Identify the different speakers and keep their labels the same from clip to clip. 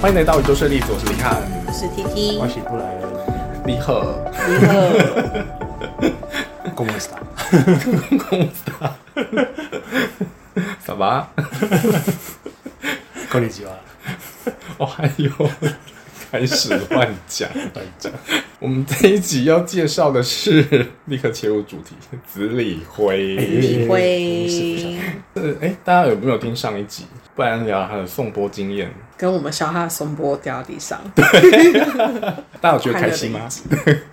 Speaker 1: 欢迎来到宇宙胜利组，我是李翰，
Speaker 2: 我是 T T，
Speaker 3: 我是布莱恩，
Speaker 1: 你好，
Speaker 2: 你好，
Speaker 3: 公文斯达，
Speaker 1: 公司的，什么？
Speaker 3: こんにちは。
Speaker 1: 哦，还有，开始乱讲。
Speaker 3: 乱讲，
Speaker 1: 我们这一集要介绍的是，立刻切入主题，子李辉。
Speaker 2: 李
Speaker 3: 哎是不
Speaker 2: 辉
Speaker 3: 是
Speaker 1: 呃，哎，大家有没有听上一集？不然聊他的送播经验，
Speaker 2: 跟我们小哈松波掉 地上，
Speaker 1: 大家有觉得开心吗？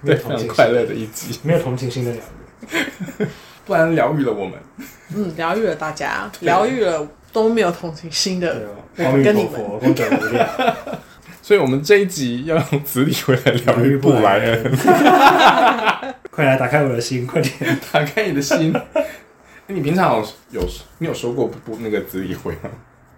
Speaker 1: 对，非常快乐的一集，
Speaker 3: 没有同情心的两个，
Speaker 1: 不然疗愈了我们。
Speaker 2: 嗯，疗愈了大家，疗愈了都没有同情心
Speaker 3: 对
Speaker 2: 的
Speaker 3: 哦，
Speaker 2: 我
Speaker 3: 阿
Speaker 2: 们
Speaker 3: 弥
Speaker 2: 跟你
Speaker 3: 陀
Speaker 2: 们，
Speaker 3: 佛，功德无 量，
Speaker 1: 所以，我们这一集要用子李辉来疗愈布莱恩。
Speaker 3: 快来打开我的心，快点！
Speaker 1: 打开你的心。哎你平常有有你有说过不不那个子李辉吗？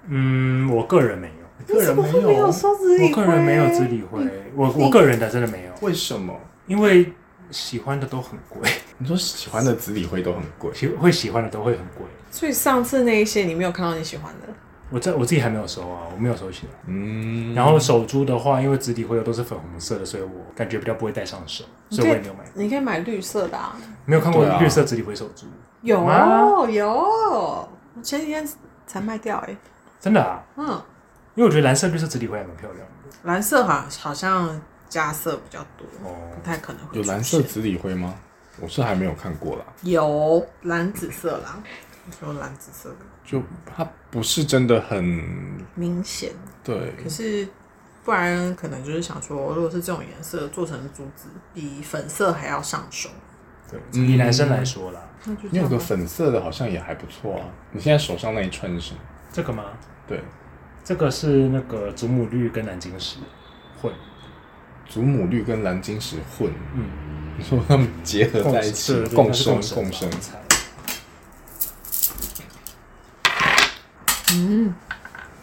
Speaker 3: 嗯，我个人没有，
Speaker 1: 个人没有，
Speaker 2: 说自
Speaker 3: 我个人没有自理会，我我个人的真的没有，
Speaker 1: 为什么？
Speaker 3: 因为喜欢的都很贵，
Speaker 1: 你说喜欢的子李辉都很贵，
Speaker 3: 喜会喜欢的都会很贵。
Speaker 2: 所以上次那一些你没有看到你喜欢的，
Speaker 3: 我这我自己还没有收啊，我没有收起来。
Speaker 1: 嗯，
Speaker 3: 然后手珠的话，因为紫底会有都是粉红色的，所以我感觉比较不会戴上手，所以我也没有买。
Speaker 2: 你可以买绿色的啊，
Speaker 3: 没有看过
Speaker 1: 对啊
Speaker 3: 绿色紫底会手珠，
Speaker 2: 有
Speaker 3: 吗
Speaker 2: 有，我前几天才卖掉哎、
Speaker 3: 真的啊？
Speaker 2: 嗯，
Speaker 3: 因为我觉得蓝色、绿色紫底会还蛮漂亮的。
Speaker 2: 蓝色好好像加色比较多，
Speaker 3: 哦
Speaker 2: 不，太可能会
Speaker 1: 有蓝色
Speaker 2: 出现
Speaker 1: 子李辉吗？我是还没有看过啦，
Speaker 2: 有蓝紫色啦，有蓝紫色的
Speaker 1: 就它不是真的很
Speaker 2: 明显，
Speaker 1: 对，
Speaker 2: 可是不然可能就是想说，如果是这种颜色做成珠子，比粉色还要上手，
Speaker 3: 对，
Speaker 1: 嗯
Speaker 3: 以男生来说啦，
Speaker 2: 那就这
Speaker 1: 你有
Speaker 2: 样
Speaker 1: 个
Speaker 2: 吧。
Speaker 1: 粉色的好像也还不错啊。你现在手上那一串是什么？
Speaker 3: 这个吗？
Speaker 1: 对，
Speaker 3: 这个是那个祖母绿跟南京石混，
Speaker 1: 祖母绿跟蓝晶石混，
Speaker 3: 嗯，
Speaker 1: 你说它们结合在一起
Speaker 3: 对，对
Speaker 1: 共
Speaker 3: 它是
Speaker 1: 生
Speaker 3: 共
Speaker 1: 共生
Speaker 3: 吧。我猜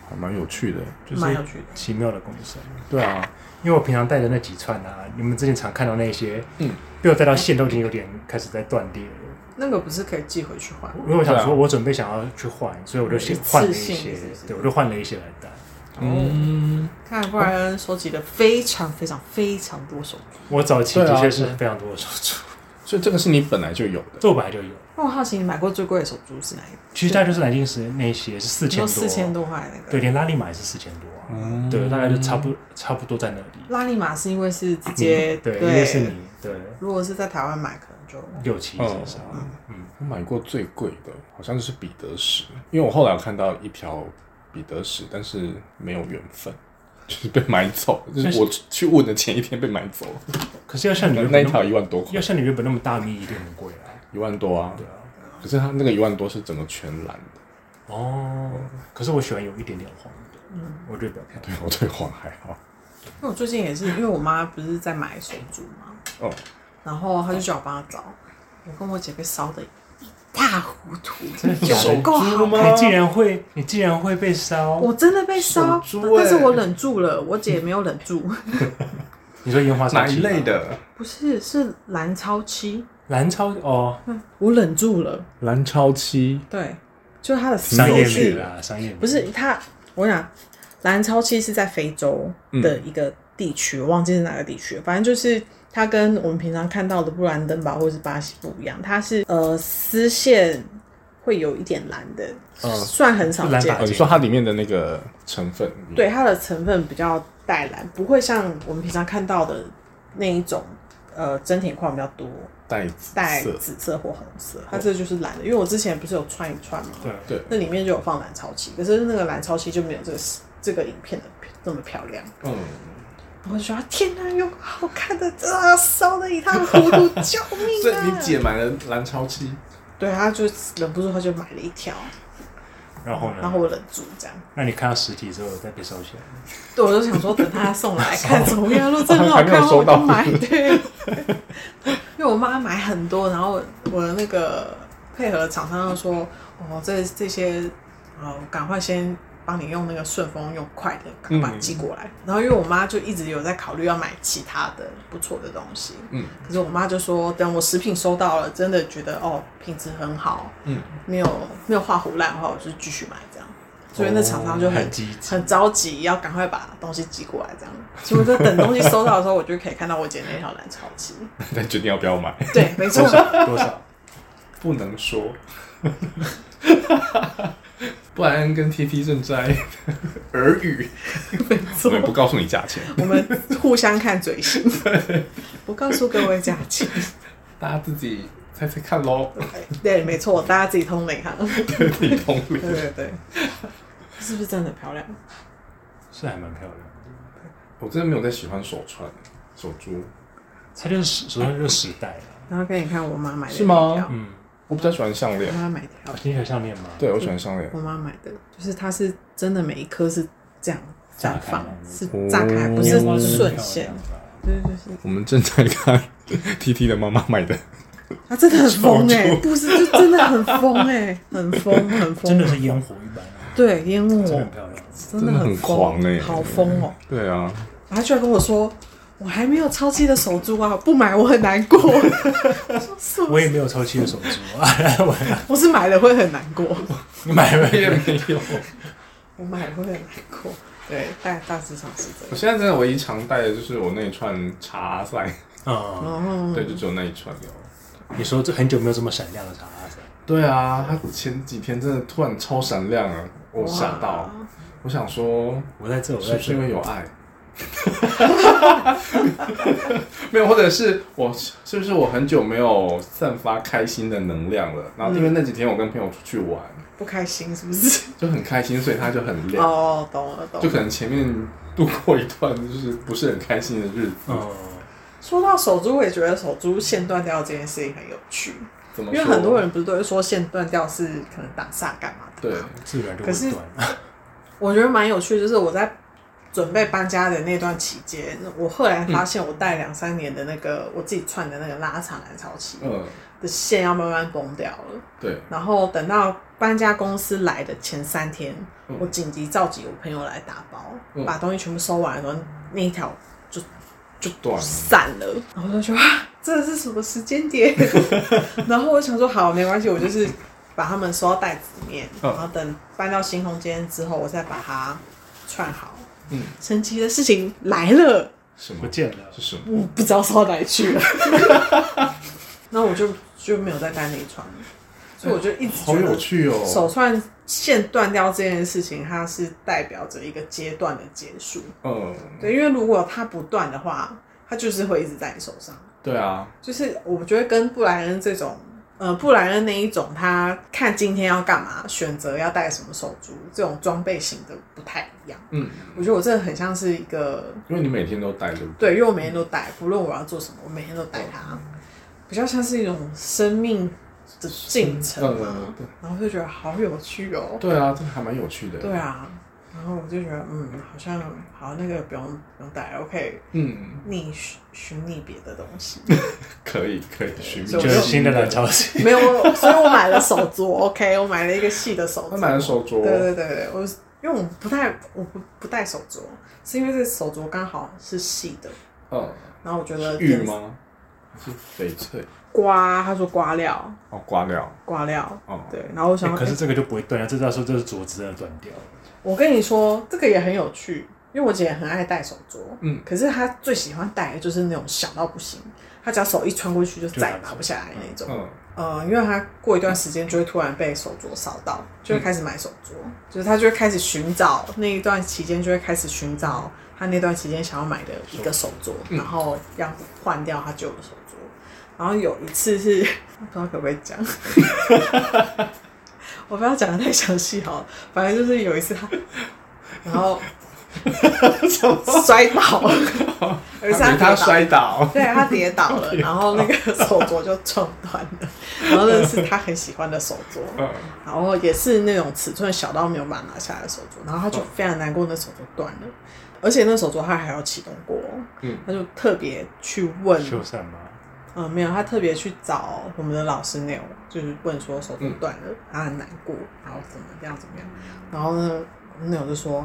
Speaker 1: 还蛮有趣的。
Speaker 3: 就是
Speaker 2: 蛮有趣的
Speaker 3: 奇妙的共生。
Speaker 1: 对啊，
Speaker 3: 因为我平常戴的那几串啊，你们之前常看到那些，
Speaker 1: 嗯，
Speaker 3: 被我戴到线都已经有点开始在断裂了。
Speaker 2: 那个不是可以寄回去换？
Speaker 3: 因为我想
Speaker 1: 对
Speaker 3: 说，
Speaker 1: 啊
Speaker 3: 我准备想要去换，所以我就先
Speaker 2: 一次
Speaker 3: 换了一
Speaker 2: 性
Speaker 3: 些
Speaker 2: 是不是，
Speaker 3: 对，我就换了一些来戴。
Speaker 1: 嗯，
Speaker 2: 看来布莱
Speaker 3: 哦
Speaker 2: 恩收集了非常非常非常多手珠。
Speaker 3: 我早期
Speaker 1: 对啊
Speaker 3: 的确是
Speaker 1: 对
Speaker 3: 非常多的手镯，
Speaker 1: 所以这个是你本来就有的。
Speaker 3: 这我本来就有。
Speaker 2: 那我好奇你买过最贵的手珠是哪一个？
Speaker 3: 其实它就是南京石那些是四
Speaker 2: 你
Speaker 3: 千
Speaker 2: 说
Speaker 3: 多，
Speaker 2: 四千，多块那个。
Speaker 3: 对，。连拉力马也是四千多啊，
Speaker 1: 嗯
Speaker 3: 对，大概就差不差不多在那里。
Speaker 2: 拉力马是因为是直接、
Speaker 3: 嗯对，因为是你对
Speaker 2: 如果是在台湾买，可能就
Speaker 3: 六七以上，
Speaker 1: 哦
Speaker 3: 嗯，
Speaker 1: 我买过最贵的，好像就是彼得石，因为我后来有看到一条彼得石，但是没有缘分，就是被买走，就是啊我去问的前一天被买走了。
Speaker 3: 可是要像你原
Speaker 1: 那一
Speaker 3: 本那么
Speaker 1: 条一万多块，
Speaker 3: 要像你原本那么大密，一定很贵啊。
Speaker 1: 一万多啊
Speaker 3: 对。啊，
Speaker 1: 可是它那个一万多是整个全蓝的，
Speaker 3: 哦，可是我喜欢有一点点黄的，嗯，我觉得比较漂亮。
Speaker 1: 对我对黄还好。
Speaker 2: 因为我最近也是，因为我妈不是在买手珠嘛，
Speaker 1: 哦，
Speaker 2: 然后她就叫我帮她找，我跟我姐被烧的一塌糊涂，
Speaker 3: 真的假的
Speaker 2: 有够好
Speaker 1: 手珠
Speaker 2: 看，
Speaker 1: 吗
Speaker 3: 你竟然会，你竟然会被烧？
Speaker 2: 我真的被烧，
Speaker 1: 手珠欸
Speaker 2: 但是我忍住了，我姐没有忍住，
Speaker 3: 你说烟花烧
Speaker 1: 哪一类？的？
Speaker 2: 不是是蓝超七，
Speaker 3: 蓝超哦，
Speaker 2: 我忍住了，
Speaker 1: 蓝超七，
Speaker 2: 对，就她的色
Speaker 3: 商业啊
Speaker 2: 是
Speaker 3: 蜜啦，商业蜜
Speaker 2: 不是它，我想蓝超七是在非洲
Speaker 1: 嗯
Speaker 2: 的一个地区，我忘记是哪个地区了，反正就是它跟我们平常看到的布兰登堡或者是巴西不一样，它是呃丝线会有一点蓝的，
Speaker 1: 嗯
Speaker 2: 算很少
Speaker 3: 蓝
Speaker 2: 见
Speaker 3: 吧。
Speaker 1: 哦，你说它里面的那个成分？，嗯
Speaker 2: 对，它的成分比较带蓝，不会像我们平常看到的那一种。呃，真铁矿比较多，
Speaker 1: 带紫
Speaker 2: 带
Speaker 1: 色，
Speaker 2: 紫色或红色，它这就是蓝的。因为我之前不是有串一串嘛，
Speaker 3: 对
Speaker 1: 对，
Speaker 2: 那里面就有放蓝超期，可是那个蓝超期就没有这个这个影片的这么漂亮。
Speaker 1: 嗯，
Speaker 2: 我就说天哪，有好看的啊，烧的一塌糊涂，救
Speaker 1: 所
Speaker 2: 命
Speaker 1: 以
Speaker 2: 啊！
Speaker 1: 你姐买了蓝超 七，
Speaker 2: 对，他就忍不住，他就买了一条，
Speaker 3: 然后呢？
Speaker 1: 嗯
Speaker 2: 然后我忍住这样。
Speaker 3: 那你看到实体之后再被烧起来，
Speaker 2: 对，我就想说等他送 来看怎么样，如果真的很好
Speaker 1: 哦还没有
Speaker 2: 看，
Speaker 1: 收
Speaker 2: 我
Speaker 1: 到
Speaker 2: 就 买。对，因为我妈买很多，然后我我的那个配合厂商就说，哦，这这些，呃，赶快先帮你用那个顺丰用快的，赶快
Speaker 1: 嗯
Speaker 2: 寄过来。然后因为我妈就一直有在考虑要买其他的不错的东西，
Speaker 1: 嗯
Speaker 2: 可是我妈就说，等我食品收到了，真的觉得哦品质很好，
Speaker 1: 嗯，
Speaker 2: 没有没有画虎烂的话，我就继续买这样。所以那厂商
Speaker 1: 哦
Speaker 2: 就很
Speaker 3: 哦很积极
Speaker 2: 很着急，要赶快把东西寄过来，这样。所以我在等东西收到的时候，我就可以看到我姐那条蓝潮旗。
Speaker 1: 再决定要不要买，
Speaker 2: 对，没错
Speaker 3: 多。少 多少，
Speaker 1: 不能说， 不然跟 TT 正在耳语，我们不告诉你价钱，
Speaker 2: 我们互相看嘴型，不告诉各位价钱。
Speaker 1: 大家自己猜猜看喽，
Speaker 2: 对，没错，大家自己通领航。
Speaker 1: 自己同理。
Speaker 2: 对对对，是不是真的漂亮？
Speaker 3: 是还蛮漂亮的。
Speaker 1: 我真的没有在喜欢手串、手珠，
Speaker 3: 它就是时，首先就是时代了。
Speaker 2: 然后给你看我妈买的
Speaker 1: 是吗
Speaker 2: 一条
Speaker 3: 嗯，
Speaker 1: 我比较喜欢项
Speaker 2: 我
Speaker 1: 链。
Speaker 2: 妈买条
Speaker 3: 啊，你喜欢项链吗？，
Speaker 1: 对，我喜欢项链
Speaker 2: 我。妈买的，就是它是真的每一颗是这样绽放
Speaker 3: 炸
Speaker 2: 是炸
Speaker 3: 开，
Speaker 2: 开，
Speaker 1: 哦
Speaker 2: 不是
Speaker 3: 烟花真的很
Speaker 2: 顺
Speaker 3: 漂
Speaker 2: 线
Speaker 3: 亮。吧。
Speaker 2: 对对对，
Speaker 1: 我们正在看 TT 的妈妈买的，
Speaker 2: 它真的很疯哎、
Speaker 1: 超
Speaker 2: 欸，不是就真的很疯哎、欸，很疯很疯，
Speaker 3: 真的是烟火一般啊，
Speaker 2: 对烟雾
Speaker 3: 真的
Speaker 2: 哦
Speaker 3: 很，漂亮。
Speaker 2: 真的很
Speaker 1: 很狂哎、
Speaker 2: 欸，好疯哦！！
Speaker 1: 对啊，
Speaker 2: 然后他居然跟我说。我还没有超期的手珠啊，不买我很难过。 我说是不
Speaker 3: 我也
Speaker 2: 是？
Speaker 3: 没有超期的手镯啊，我
Speaker 2: 不是买了会很难过，
Speaker 3: 你 买 了没有？
Speaker 1: 有。
Speaker 2: 我买了会很难过。对，大大致上是这
Speaker 1: 我
Speaker 2: 样。
Speaker 1: 现在真的唯一常戴的就是我那一串茶塞，
Speaker 3: 嗯，
Speaker 2: 哦，
Speaker 1: 对，就只有那一串有。
Speaker 3: 你说这很久没有这么闪亮的茶色，
Speaker 1: 对啊，它前几天真的突然超闪亮啊，我吓到，
Speaker 2: 哇
Speaker 1: 我想说
Speaker 3: 我在这，我
Speaker 1: 是
Speaker 3: 在
Speaker 1: 不是
Speaker 3: 这
Speaker 1: 因，为有爱？ 没有，或者是我是不是我很久没有散发开心的能量了？然后因为那几天我跟朋友出去玩，
Speaker 2: 不开心是不是？
Speaker 1: 就很开心，所以它就很亮。
Speaker 2: 哦，懂了懂
Speaker 1: 就
Speaker 2: 了。
Speaker 1: 可能前面度过一段就是不是很开心的日子，
Speaker 3: 嗯，
Speaker 2: 说到手珠，我也觉得手珠线断掉这件事情很有趣，
Speaker 1: 怎么
Speaker 2: 因
Speaker 1: 说？啊
Speaker 2: 为很多人不是都会说线断掉是可能打煞干嘛的。
Speaker 1: 对，
Speaker 3: 自然就
Speaker 2: 可是
Speaker 3: 会断。
Speaker 2: 我觉得蛮有趣，就是我在准备搬家的那段期间，我后来发现我戴两三年的那个、我自己串的那个拉长蓝潮旗
Speaker 1: 嗯，
Speaker 2: 的线要慢慢崩掉了。
Speaker 1: 对，
Speaker 2: 然后等到搬家公司来的前三天，
Speaker 1: 嗯
Speaker 2: 我紧急召集我朋友来打包，
Speaker 1: 嗯
Speaker 2: 把东西全部收完的时候，那一条就就
Speaker 1: 断了
Speaker 2: 散了。然后我就觉得啊，这是什么时 间点？然后我想说，好，没关系，我就是把它们收到袋子里面，
Speaker 1: 嗯
Speaker 2: 然后等搬到新空间之后，我再把它串好。
Speaker 1: 嗯，
Speaker 2: 神奇的事情来了。
Speaker 1: 什
Speaker 3: 不
Speaker 1: 么
Speaker 3: 见了
Speaker 1: 是，什么？
Speaker 2: 我不知道烧到哪里去了。 然后我就就没有再戴那一串了，所以我就一直
Speaker 1: 好
Speaker 2: 觉
Speaker 1: 有
Speaker 2: 得
Speaker 1: 趣哦，
Speaker 2: 手串线断掉这件事情，它是代表着一个阶段的结束。
Speaker 1: 嗯，
Speaker 2: 对，因为如果它不断的话，它就是会一直在你手上。
Speaker 1: 对啊，
Speaker 2: 就是我觉得跟布莱恩这种，呃，布莱恩那一种，他看今天要干嘛，选择要戴什么手珠，这种装备型的不太一样。
Speaker 1: 嗯，
Speaker 2: 我觉得我这很像是一个
Speaker 1: 因为你每天都戴，对不对？
Speaker 2: 对，因为我每天都带，不论我要做什么，我每天都带它，比较像是一种生命的进程嘛
Speaker 1: 嗯对。
Speaker 2: 然后就觉得好有趣哦。
Speaker 1: 对啊，这个还蛮有趣的。
Speaker 2: 对，啊，然后我就觉得嗯，好像好那个不用不用带，OK，
Speaker 1: 嗯，
Speaker 2: 逆寻寻觅别的东西。
Speaker 1: 可以可以，寻觅
Speaker 2: 所以
Speaker 3: 就
Speaker 2: 我
Speaker 3: 是新的蓝潮 系。
Speaker 2: 没有，我所以我买了手镯，OK，我买了一个细的手
Speaker 1: 他
Speaker 2: 镯。
Speaker 1: 买了手
Speaker 2: 对
Speaker 1: 镯，
Speaker 2: 对对对，我因为我不太我不不戴手镯，是因为这手镯刚好是细的，
Speaker 1: 嗯，
Speaker 2: 然后我觉得
Speaker 1: 玉？吗？是翡翠，
Speaker 2: 刮，他说刮料，
Speaker 1: 哦，瓜料，
Speaker 2: 刮料。
Speaker 1: 哦，
Speaker 2: 对，然后我想
Speaker 3: 欸
Speaker 2: 要，
Speaker 3: 可是
Speaker 2: 欸
Speaker 3: 这个就不会断啊，这到时候这是镯子真的断掉了。
Speaker 2: 我跟你说，这个也很有趣，因为我姐也很爱戴手镯，
Speaker 1: 嗯
Speaker 2: 可是她最喜欢戴的就是那种小到不行，她只要手一穿过去就再也
Speaker 3: 就拿
Speaker 2: 拿不下来那种。
Speaker 1: 嗯，
Speaker 2: 呃，因为她过一段时间就会突然被手镯烧到，就会开始买手镯，就是她就会开始寻找那一段期间就会开始寻找她那段期间想要买的一个手镯，然后要换掉她旧的手镯。然后有一次是 不知道可不可以 讲，我不要讲的太详细好了，反正就是有一次他，然后 摔倒了，而是
Speaker 1: 他
Speaker 2: 哦他
Speaker 1: 比他
Speaker 2: 跌倒
Speaker 1: 摔倒，
Speaker 2: 对他跌倒了，然后那个手镯就撞断了，然后那是他很喜欢的手镯，
Speaker 1: 嗯，
Speaker 2: 然后也是那种尺寸小到没有办法拿下来的手镯，然后他就非常难过，那手镯断了，而且那手镯他还有启动过，
Speaker 1: 嗯
Speaker 2: 他就特别去问
Speaker 3: 修缮吗？
Speaker 2: 嗯，没有，他特别去找我们的老师那种，就是问说手镯断了，他很难过，然后怎么样怎么样，然后呢，那种就说，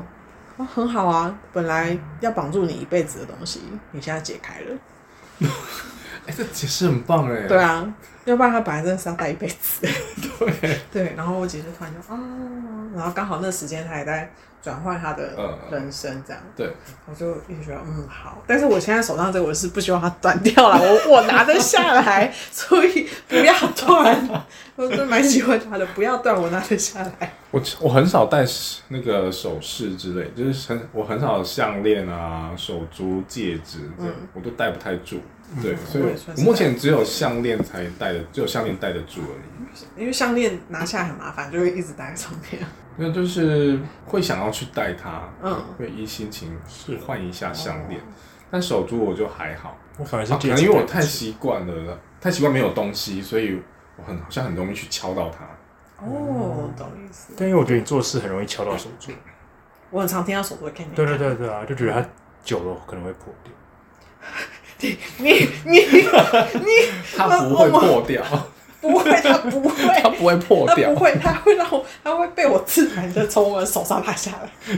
Speaker 2: 啊，很好啊，本来要绑住你一辈子的东西，你现在解开了，
Speaker 1: 哎，这解释很棒哎，
Speaker 2: 对啊，要不然他本来真的是要戴一辈子，对，然后我姐就突然就啊，然后刚好那时间她也在转换她的
Speaker 1: 嗯
Speaker 2: 人生这样，
Speaker 1: 对，
Speaker 2: 我就一直觉得嗯好，但是我现在手上这个我是不希望它断掉了，我我拿得下来，所以不要断，我真的蛮喜欢它的，不要断，我拿得下来。
Speaker 1: 我我很少戴那个首饰之类，就是很我很少项链啊、手珠、戒指这样，我都戴不太住。对，所以
Speaker 2: 嗯我也算
Speaker 1: 我
Speaker 2: 是
Speaker 1: 目前只有项链才戴的，只有项链戴得住而已。
Speaker 2: 因为项链拿下来很麻烦，就会一直戴在上面。
Speaker 1: 那就是会想要去戴它，
Speaker 2: 嗯
Speaker 1: 会依心情
Speaker 3: 是
Speaker 1: 换一下项链，但手珠我就还好，
Speaker 3: 我反而是
Speaker 1: 啊可
Speaker 3: 戒
Speaker 1: 能
Speaker 3: 指，
Speaker 1: 因为我太习惯了，太习惯没有东西，所以我很好像很容易去敲到它。
Speaker 2: 哦，懂意思。
Speaker 3: 但因为我觉得你做事很容易敲到手镯。
Speaker 2: 我很常听到手镯 K
Speaker 3: 对对对对啊，就觉得它久了可能会破掉。
Speaker 2: 对，你你
Speaker 1: 它不会破掉，
Speaker 2: 不会，他不会，
Speaker 1: 它不会破
Speaker 2: 他
Speaker 1: 掉
Speaker 2: 不。会，他会让我，他会被我自然的从我的手上拿下来。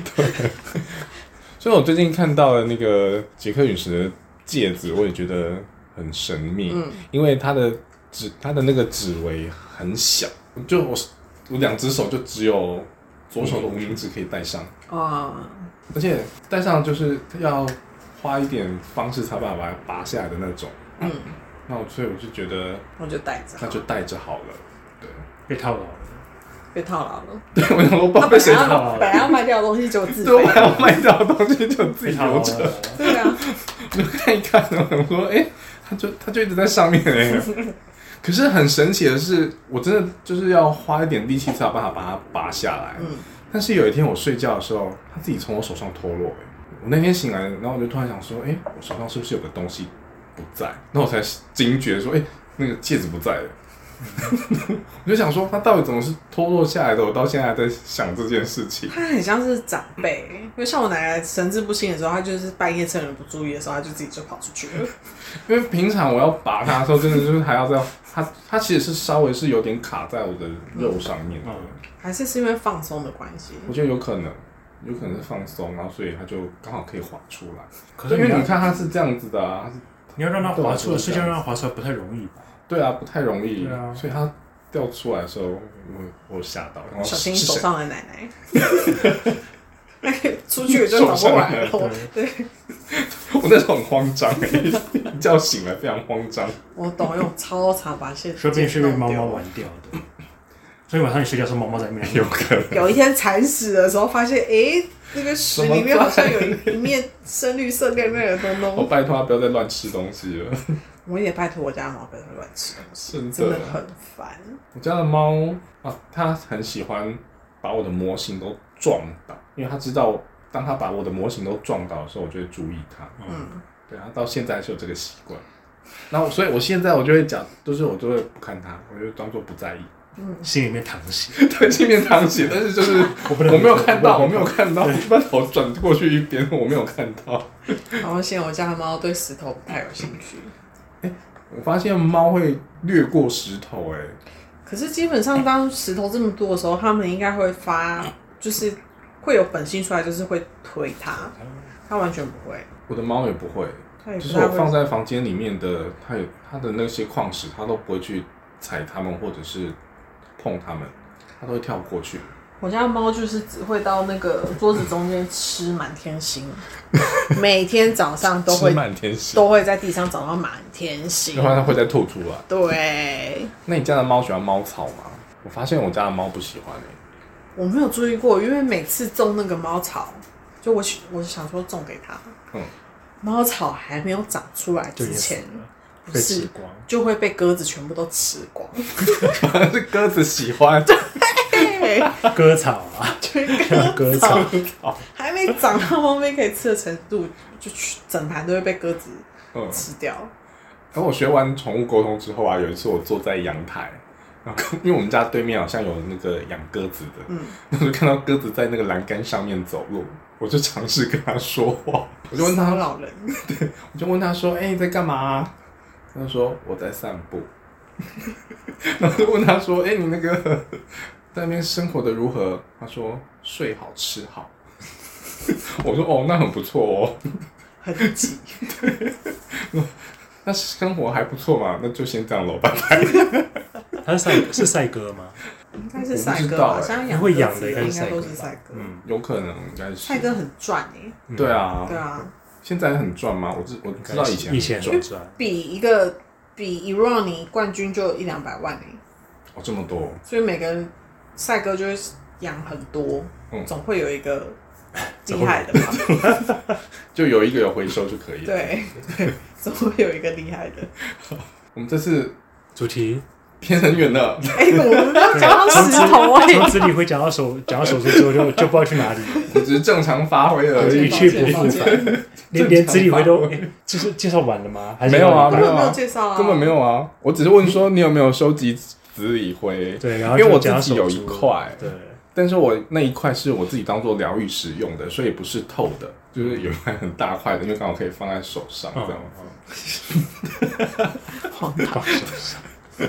Speaker 1: 所以我最近看到了那个杰克陨石的戒指，我也觉得很神秘，因为它的指它的那个指围很小，就我我两只手就只有左手的无名指可以戴上，
Speaker 2: 啊、
Speaker 1: 而且戴上就是要花一点方式才把它拔下来的那种。
Speaker 2: 嗯，
Speaker 1: 那我所以我就觉得
Speaker 2: 我就戴着
Speaker 1: 那
Speaker 2: 好，
Speaker 1: 就戴着好了。对，
Speaker 3: 被套牢了，
Speaker 2: 被套牢了。
Speaker 1: 对我想说不知
Speaker 2: 那
Speaker 1: 道
Speaker 2: 本
Speaker 1: 被
Speaker 2: 来
Speaker 1: 谁
Speaker 2: 要
Speaker 1: 套，
Speaker 3: 了
Speaker 2: 本来要卖掉的东西，就自
Speaker 1: 对，我啊
Speaker 2: 费。
Speaker 1: 还要卖掉的东西就自
Speaker 3: 被
Speaker 1: 己
Speaker 3: 套牢
Speaker 1: 留着。
Speaker 3: 了。
Speaker 2: 对啊，
Speaker 1: 就看一看，然后想说，哎、他就他就一直在上面哎、可是很神奇的是，我真的就是要花一点力气才有办法把它拔下来。
Speaker 2: 嗯
Speaker 1: 但是有一天我睡觉的时候，它自己从我手上脱落、哎，我那天醒来，然后我就突然想说，哎、我手上是不是有个东西不在？那我才惊觉说，哎、那个戒指不在了。我就想说，它到底怎么是脱落下来的？我到现在还在想这件事情。
Speaker 2: 他很像是长辈，因为像我奶奶神志不清的时候，她就是半夜趁人不注意的时候，她就自己就跑出去了。
Speaker 1: 因为平常我要拔它的时候，真的就是还要再它它其实是稍微是有点卡在我的肉上面的，
Speaker 3: 嗯
Speaker 2: 还是是因为放松的关系，
Speaker 1: 我觉得有可能，有可能是放松，然后所以它就刚好可以滑出来。
Speaker 3: 可
Speaker 1: 对
Speaker 3: 是
Speaker 1: 因
Speaker 3: 你
Speaker 1: 为
Speaker 3: 要
Speaker 1: 你看它是这样子的啊，它是
Speaker 3: 你要让它滑出
Speaker 1: 对啊
Speaker 3: 来，睡觉让它滑出来不太容易吧？
Speaker 1: 对啊，不太容易，
Speaker 3: 对啊
Speaker 1: 所以它掉出来的时候，我我吓到，然后
Speaker 2: 小
Speaker 1: 哦是
Speaker 2: 心
Speaker 1: 谁
Speaker 2: 手上的奶奶。 出去就找不回来了。对，
Speaker 1: 我那时候很慌张、欸， 一觉醒来非常慌张。
Speaker 2: 我懂，因为我超常把线
Speaker 3: 说不定是被猫
Speaker 2: 弄
Speaker 3: 猫
Speaker 2: 丢
Speaker 3: 玩掉的。所以晚上你睡觉的时候，猫猫在里 面。
Speaker 1: 有可能
Speaker 2: 有一天铲屎的时候，发现诶，那个屎里面好像有一一面深绿色亮亮的东
Speaker 1: 我
Speaker 2: 东。
Speaker 1: 哦拜托它啊不要再乱吃东西了，
Speaker 2: 我也拜托我家的猫不要乱吃东西，
Speaker 1: 真
Speaker 2: 真
Speaker 1: 的
Speaker 2: 的。很烦。
Speaker 1: 我家的猫啊，它很喜欢把我的模型都撞倒，因为它知道当它把我的模型都撞倒的时候，我就会注意它。
Speaker 2: 嗯，
Speaker 1: 对，啊它到现在还是有这个习惯。然后，所以我现在我就会讲，就是我就会不看它，我就当做不在意。
Speaker 3: 心里面淌血。
Speaker 1: 对，镜面淌血，但是就是
Speaker 3: 我不能
Speaker 1: 我没有看到，我
Speaker 3: 我
Speaker 1: 没
Speaker 3: 不能
Speaker 1: 有看到，我把头转过去一边，我没有看到。
Speaker 2: 然后现在我家的猫对石头不太有兴趣，
Speaker 1: 我发现猫会掠过石头、欸，
Speaker 2: 可是基本上当石头这么多的时候，它们应该会发，就是会有本性出来，就是会推它。它完全不会，
Speaker 1: 我的猫也不会。
Speaker 2: 它也
Speaker 1: 就
Speaker 2: 不
Speaker 1: 是
Speaker 2: 太
Speaker 1: 我放
Speaker 2: 会。
Speaker 1: 在房间里面的，它有它的那些矿石，它都不会去踩它们或者是碰它们，它都会跳过去。
Speaker 2: 我家的猫就是只会到那个桌子中间吃满天星，每天早上都会
Speaker 1: 吃满天星，
Speaker 2: 都会在地上找到满天 星
Speaker 1: 然。后它会再吐出来。
Speaker 2: 对，
Speaker 1: 那你家的猫喜欢猫草吗？我发现我家的猫不喜欢诶、
Speaker 2: 我没有注意过，因为每次种那个猫草，就我喜我想说种给它，
Speaker 1: 嗯，
Speaker 2: 猫草还没有长出来
Speaker 3: 就
Speaker 2: 之前，
Speaker 3: 被吃光。
Speaker 2: 就会被鸽子全部都吃 光。
Speaker 1: 反而欸 是鸽子喜欢。
Speaker 2: 对，
Speaker 3: 割草啊，
Speaker 2: 就是鸽
Speaker 3: 割
Speaker 2: 子
Speaker 3: 草
Speaker 2: 草。还没长到猫咪可以吃的程度，就去整盘都会被鸽子
Speaker 1: 嗯，
Speaker 2: 吃掉。
Speaker 1: 然后我学完宠物沟通之后啊，有一次我坐在阳台，然后因为我们家对面好像有那个养鸽子的，
Speaker 2: 嗯，
Speaker 1: 我就看到鸽子在那个栏杆上面走路，我就尝试跟它说话，我就问它
Speaker 2: 骚老人，
Speaker 1: 我就问他说：“哎、你在干嘛、他就说：“我在散步。” 然后就问他说：“哎、你那个 在那边生活的如何？”他说：“睡好吃好。” 我说：“哦，那很不错哦，
Speaker 2: 很 挤。
Speaker 1: 那生活还不错嘛，那就先这样喽，拜拜。”
Speaker 3: 它是赛是赛鸽吗？
Speaker 2: 应该是赛鸽
Speaker 1: 我
Speaker 2: 吧？
Speaker 1: 不知道欸
Speaker 2: 像养
Speaker 3: 会养
Speaker 2: 鸽
Speaker 3: 的
Speaker 2: 子
Speaker 3: 应该是
Speaker 2: 应该都是
Speaker 3: 赛
Speaker 2: 赛鸽。
Speaker 3: 嗯，
Speaker 1: 有可能应该是
Speaker 2: 赛鸽很赚哎、
Speaker 1: 对啊，
Speaker 2: 对啊，
Speaker 1: 现在很赚吗？我知我知道以前
Speaker 3: 以
Speaker 1: 以
Speaker 3: 前
Speaker 1: 赚
Speaker 3: 很赚，
Speaker 2: 比一个比伊若尼冠军就有一两百万哎、
Speaker 1: 哦这么多，
Speaker 2: 所以每个人赛鸽就会养很多，
Speaker 1: 嗯
Speaker 2: 总会有 一个
Speaker 3: 总
Speaker 2: 厉
Speaker 3: 会有
Speaker 2: 害的吧？
Speaker 1: 就有一个有回收就可以了。，
Speaker 2: 对对， 总会有一个厉害的。
Speaker 1: 我们这次
Speaker 3: 主题
Speaker 1: 偏很远了，
Speaker 2: 哎、我们要讲到石头哎、
Speaker 3: 从此你会讲到手讲到手术之后就就不知道去哪里了，
Speaker 1: 我只是正常发挥而
Speaker 3: 对
Speaker 1: 已。
Speaker 3: 一去不复
Speaker 2: 抱歉抱歉
Speaker 3: 返。连连子理回都哎就是介绍完了吗？还是
Speaker 1: 没有啊
Speaker 2: 根
Speaker 3: 要
Speaker 2: 本没有介绍啊，
Speaker 1: 根本没有啊，我只是问说你有没有收集紫锂灰，
Speaker 3: 对，然后
Speaker 1: 因为
Speaker 3: 就
Speaker 1: 我
Speaker 3: 讲到
Speaker 1: 自己有
Speaker 3: 手
Speaker 1: 一
Speaker 3: 术
Speaker 1: 块
Speaker 3: 对，
Speaker 1: 但是我那一块是我自己当做疗愈使用的，所以不是透的，就是有一块很大块的，因为刚好可以放在手上这
Speaker 3: 嗯
Speaker 1: 样。
Speaker 3: 嗯
Speaker 2: 荒
Speaker 3: 嗯
Speaker 2: 唐。
Speaker 3: 放手上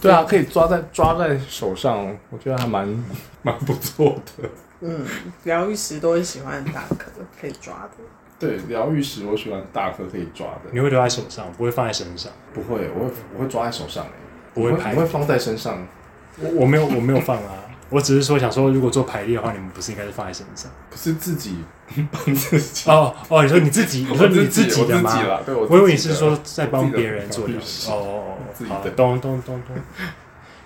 Speaker 1: 对啊，可以抓在抓在手上，我觉得还蛮 蛮不错的。
Speaker 2: 嗯，疗愈师都会喜欢大颗可以抓的。
Speaker 1: 对，疗愈石我喜欢大颗可以抓的，
Speaker 3: 你会留在手上，不会放在身上，
Speaker 1: 不会，我会我会抓在手上、欸，
Speaker 3: 不会
Speaker 1: 我
Speaker 3: 拍
Speaker 1: 我。会放在身上。
Speaker 3: 我我没有我没有放啊，我只是说想说，如果做排列的话，你们不是应该是放在身上？
Speaker 1: 不是自己 帮自己，
Speaker 3: 哦哦，你说你自 己，你说你
Speaker 1: 自
Speaker 3: 己的
Speaker 1: 我
Speaker 3: 吗
Speaker 1: 自己？啦，对我自己
Speaker 3: 我以
Speaker 1: 的
Speaker 3: 为你是说在帮别人做疗愈
Speaker 1: 我自己
Speaker 3: 哦
Speaker 1: 的
Speaker 3: 哦哦，
Speaker 1: 自己的
Speaker 3: 好咚咚咚咚，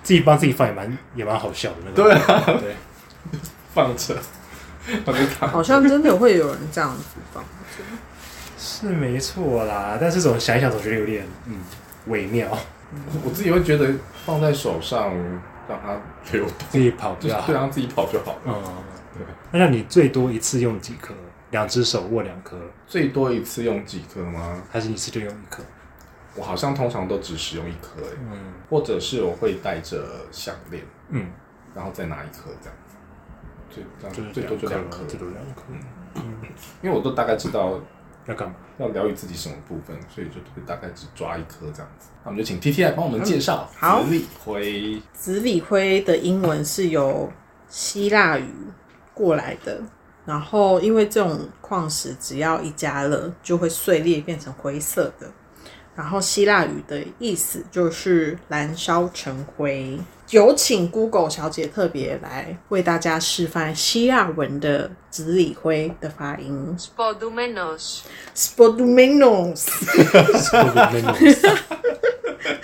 Speaker 3: 自己帮自己放也蛮也蛮好笑的那个。
Speaker 1: 对
Speaker 3: 啊，对，
Speaker 1: 放着，放着躺
Speaker 2: 好像真的会有人这样子放，
Speaker 3: 是没错啦。但是总想一想，总觉得有点嗯微妙，
Speaker 1: 我自己会觉得放在手上让它流 动，
Speaker 3: 自己跑
Speaker 1: 就是
Speaker 3: 不要。
Speaker 1: 对让自己跑就好了。
Speaker 3: 嗯，
Speaker 1: 对，啊
Speaker 3: 那让你最多一次用几颗？两只手握两颗，
Speaker 1: 最多一次用几颗吗？
Speaker 3: 还是一次就用一颗？
Speaker 1: 我好像通常都只使用一颗、欸，
Speaker 3: 嗯
Speaker 1: 或者是我会戴着项链，
Speaker 3: 嗯，
Speaker 1: 然后再拿一颗这样。最这
Speaker 3: 就
Speaker 1: 样最
Speaker 3: 是
Speaker 1: 多就
Speaker 3: 两
Speaker 1: 两
Speaker 3: 颗
Speaker 1: 颗，，嗯
Speaker 3: 最多两颗。
Speaker 1: 因为我都大概知道
Speaker 3: 要干嘛？
Speaker 1: 要疗愈自己什么部分，所以就会大概只抓一颗这样子。那我们就请 T T 来帮我们介绍
Speaker 2: 嗯好
Speaker 1: 紫锂灰，
Speaker 2: 紫锂灰的英文是由希腊语过来的，然后因为这种矿石只要一加热就会碎裂变成灰色的，然后希腊语的意思就是燃烧成灰。有请 Google 小姐特别来为大家示范希腊文的紫锂灰的发音
Speaker 4: Spodumenos.
Speaker 2: s p o d u m e n o s
Speaker 3: 会不会弄 死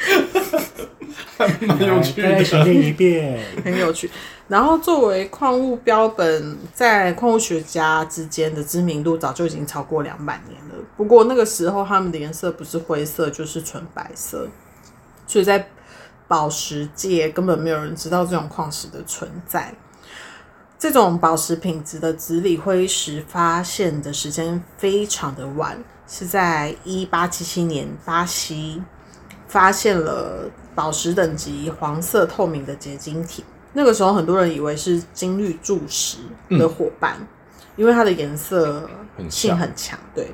Speaker 1: 蛮有趣
Speaker 3: 来再重
Speaker 1: 的。
Speaker 3: 念一遍。
Speaker 2: 很有趣。然后作为矿物标本，在矿物学家之间的知名度早就已经超过两百年了。不过那个时候它们的颜色不是灰色就是纯白色，所以在宝石界根本没有人知道这种矿石的存在。这种宝石品质的紫锂辉石发现的时间非常的晚，是在一八七七年巴西发现了宝石等级黄色透明的结晶体。那个时候，很多人以为是金绿柱石的伙伴，因为它的颜色
Speaker 1: 很
Speaker 2: 性
Speaker 1: 像
Speaker 2: 很强，对，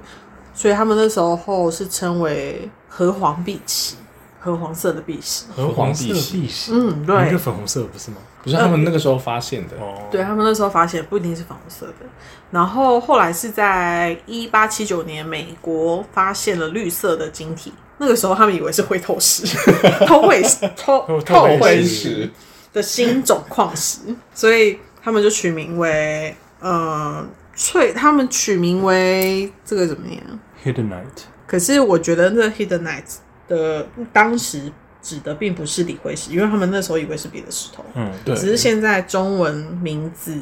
Speaker 2: 所以他们那时候是称为褐黄碧玺，褐黄色的碧玺。
Speaker 3: 和
Speaker 1: 黄
Speaker 3: 色
Speaker 1: 碧玺
Speaker 3: 碧玺，
Speaker 2: 嗯对
Speaker 3: 有一个粉红色不是吗？
Speaker 1: 不是他们那个时候发现的，
Speaker 3: 哦，
Speaker 2: 对他们那时候发现不一定是粉红色的，然后后来是在一八七九年美国发现了绿色的晶体，那个时候他们以为是灰透石、 透灰石、透
Speaker 3: 透
Speaker 2: 透
Speaker 3: 灰
Speaker 2: 灰
Speaker 1: 灰
Speaker 2: 石
Speaker 1: 石
Speaker 2: 的新种矿石，所以他们就取名为呃翠，他们取名为这个怎么念啊？
Speaker 3: ，Hidden Night，
Speaker 2: 可是我觉得那 Hidden Night 的当时指的并不是李辉石，因为他们那时候以为是别的石头。
Speaker 3: 嗯，
Speaker 1: 对
Speaker 2: 只是现在中文名字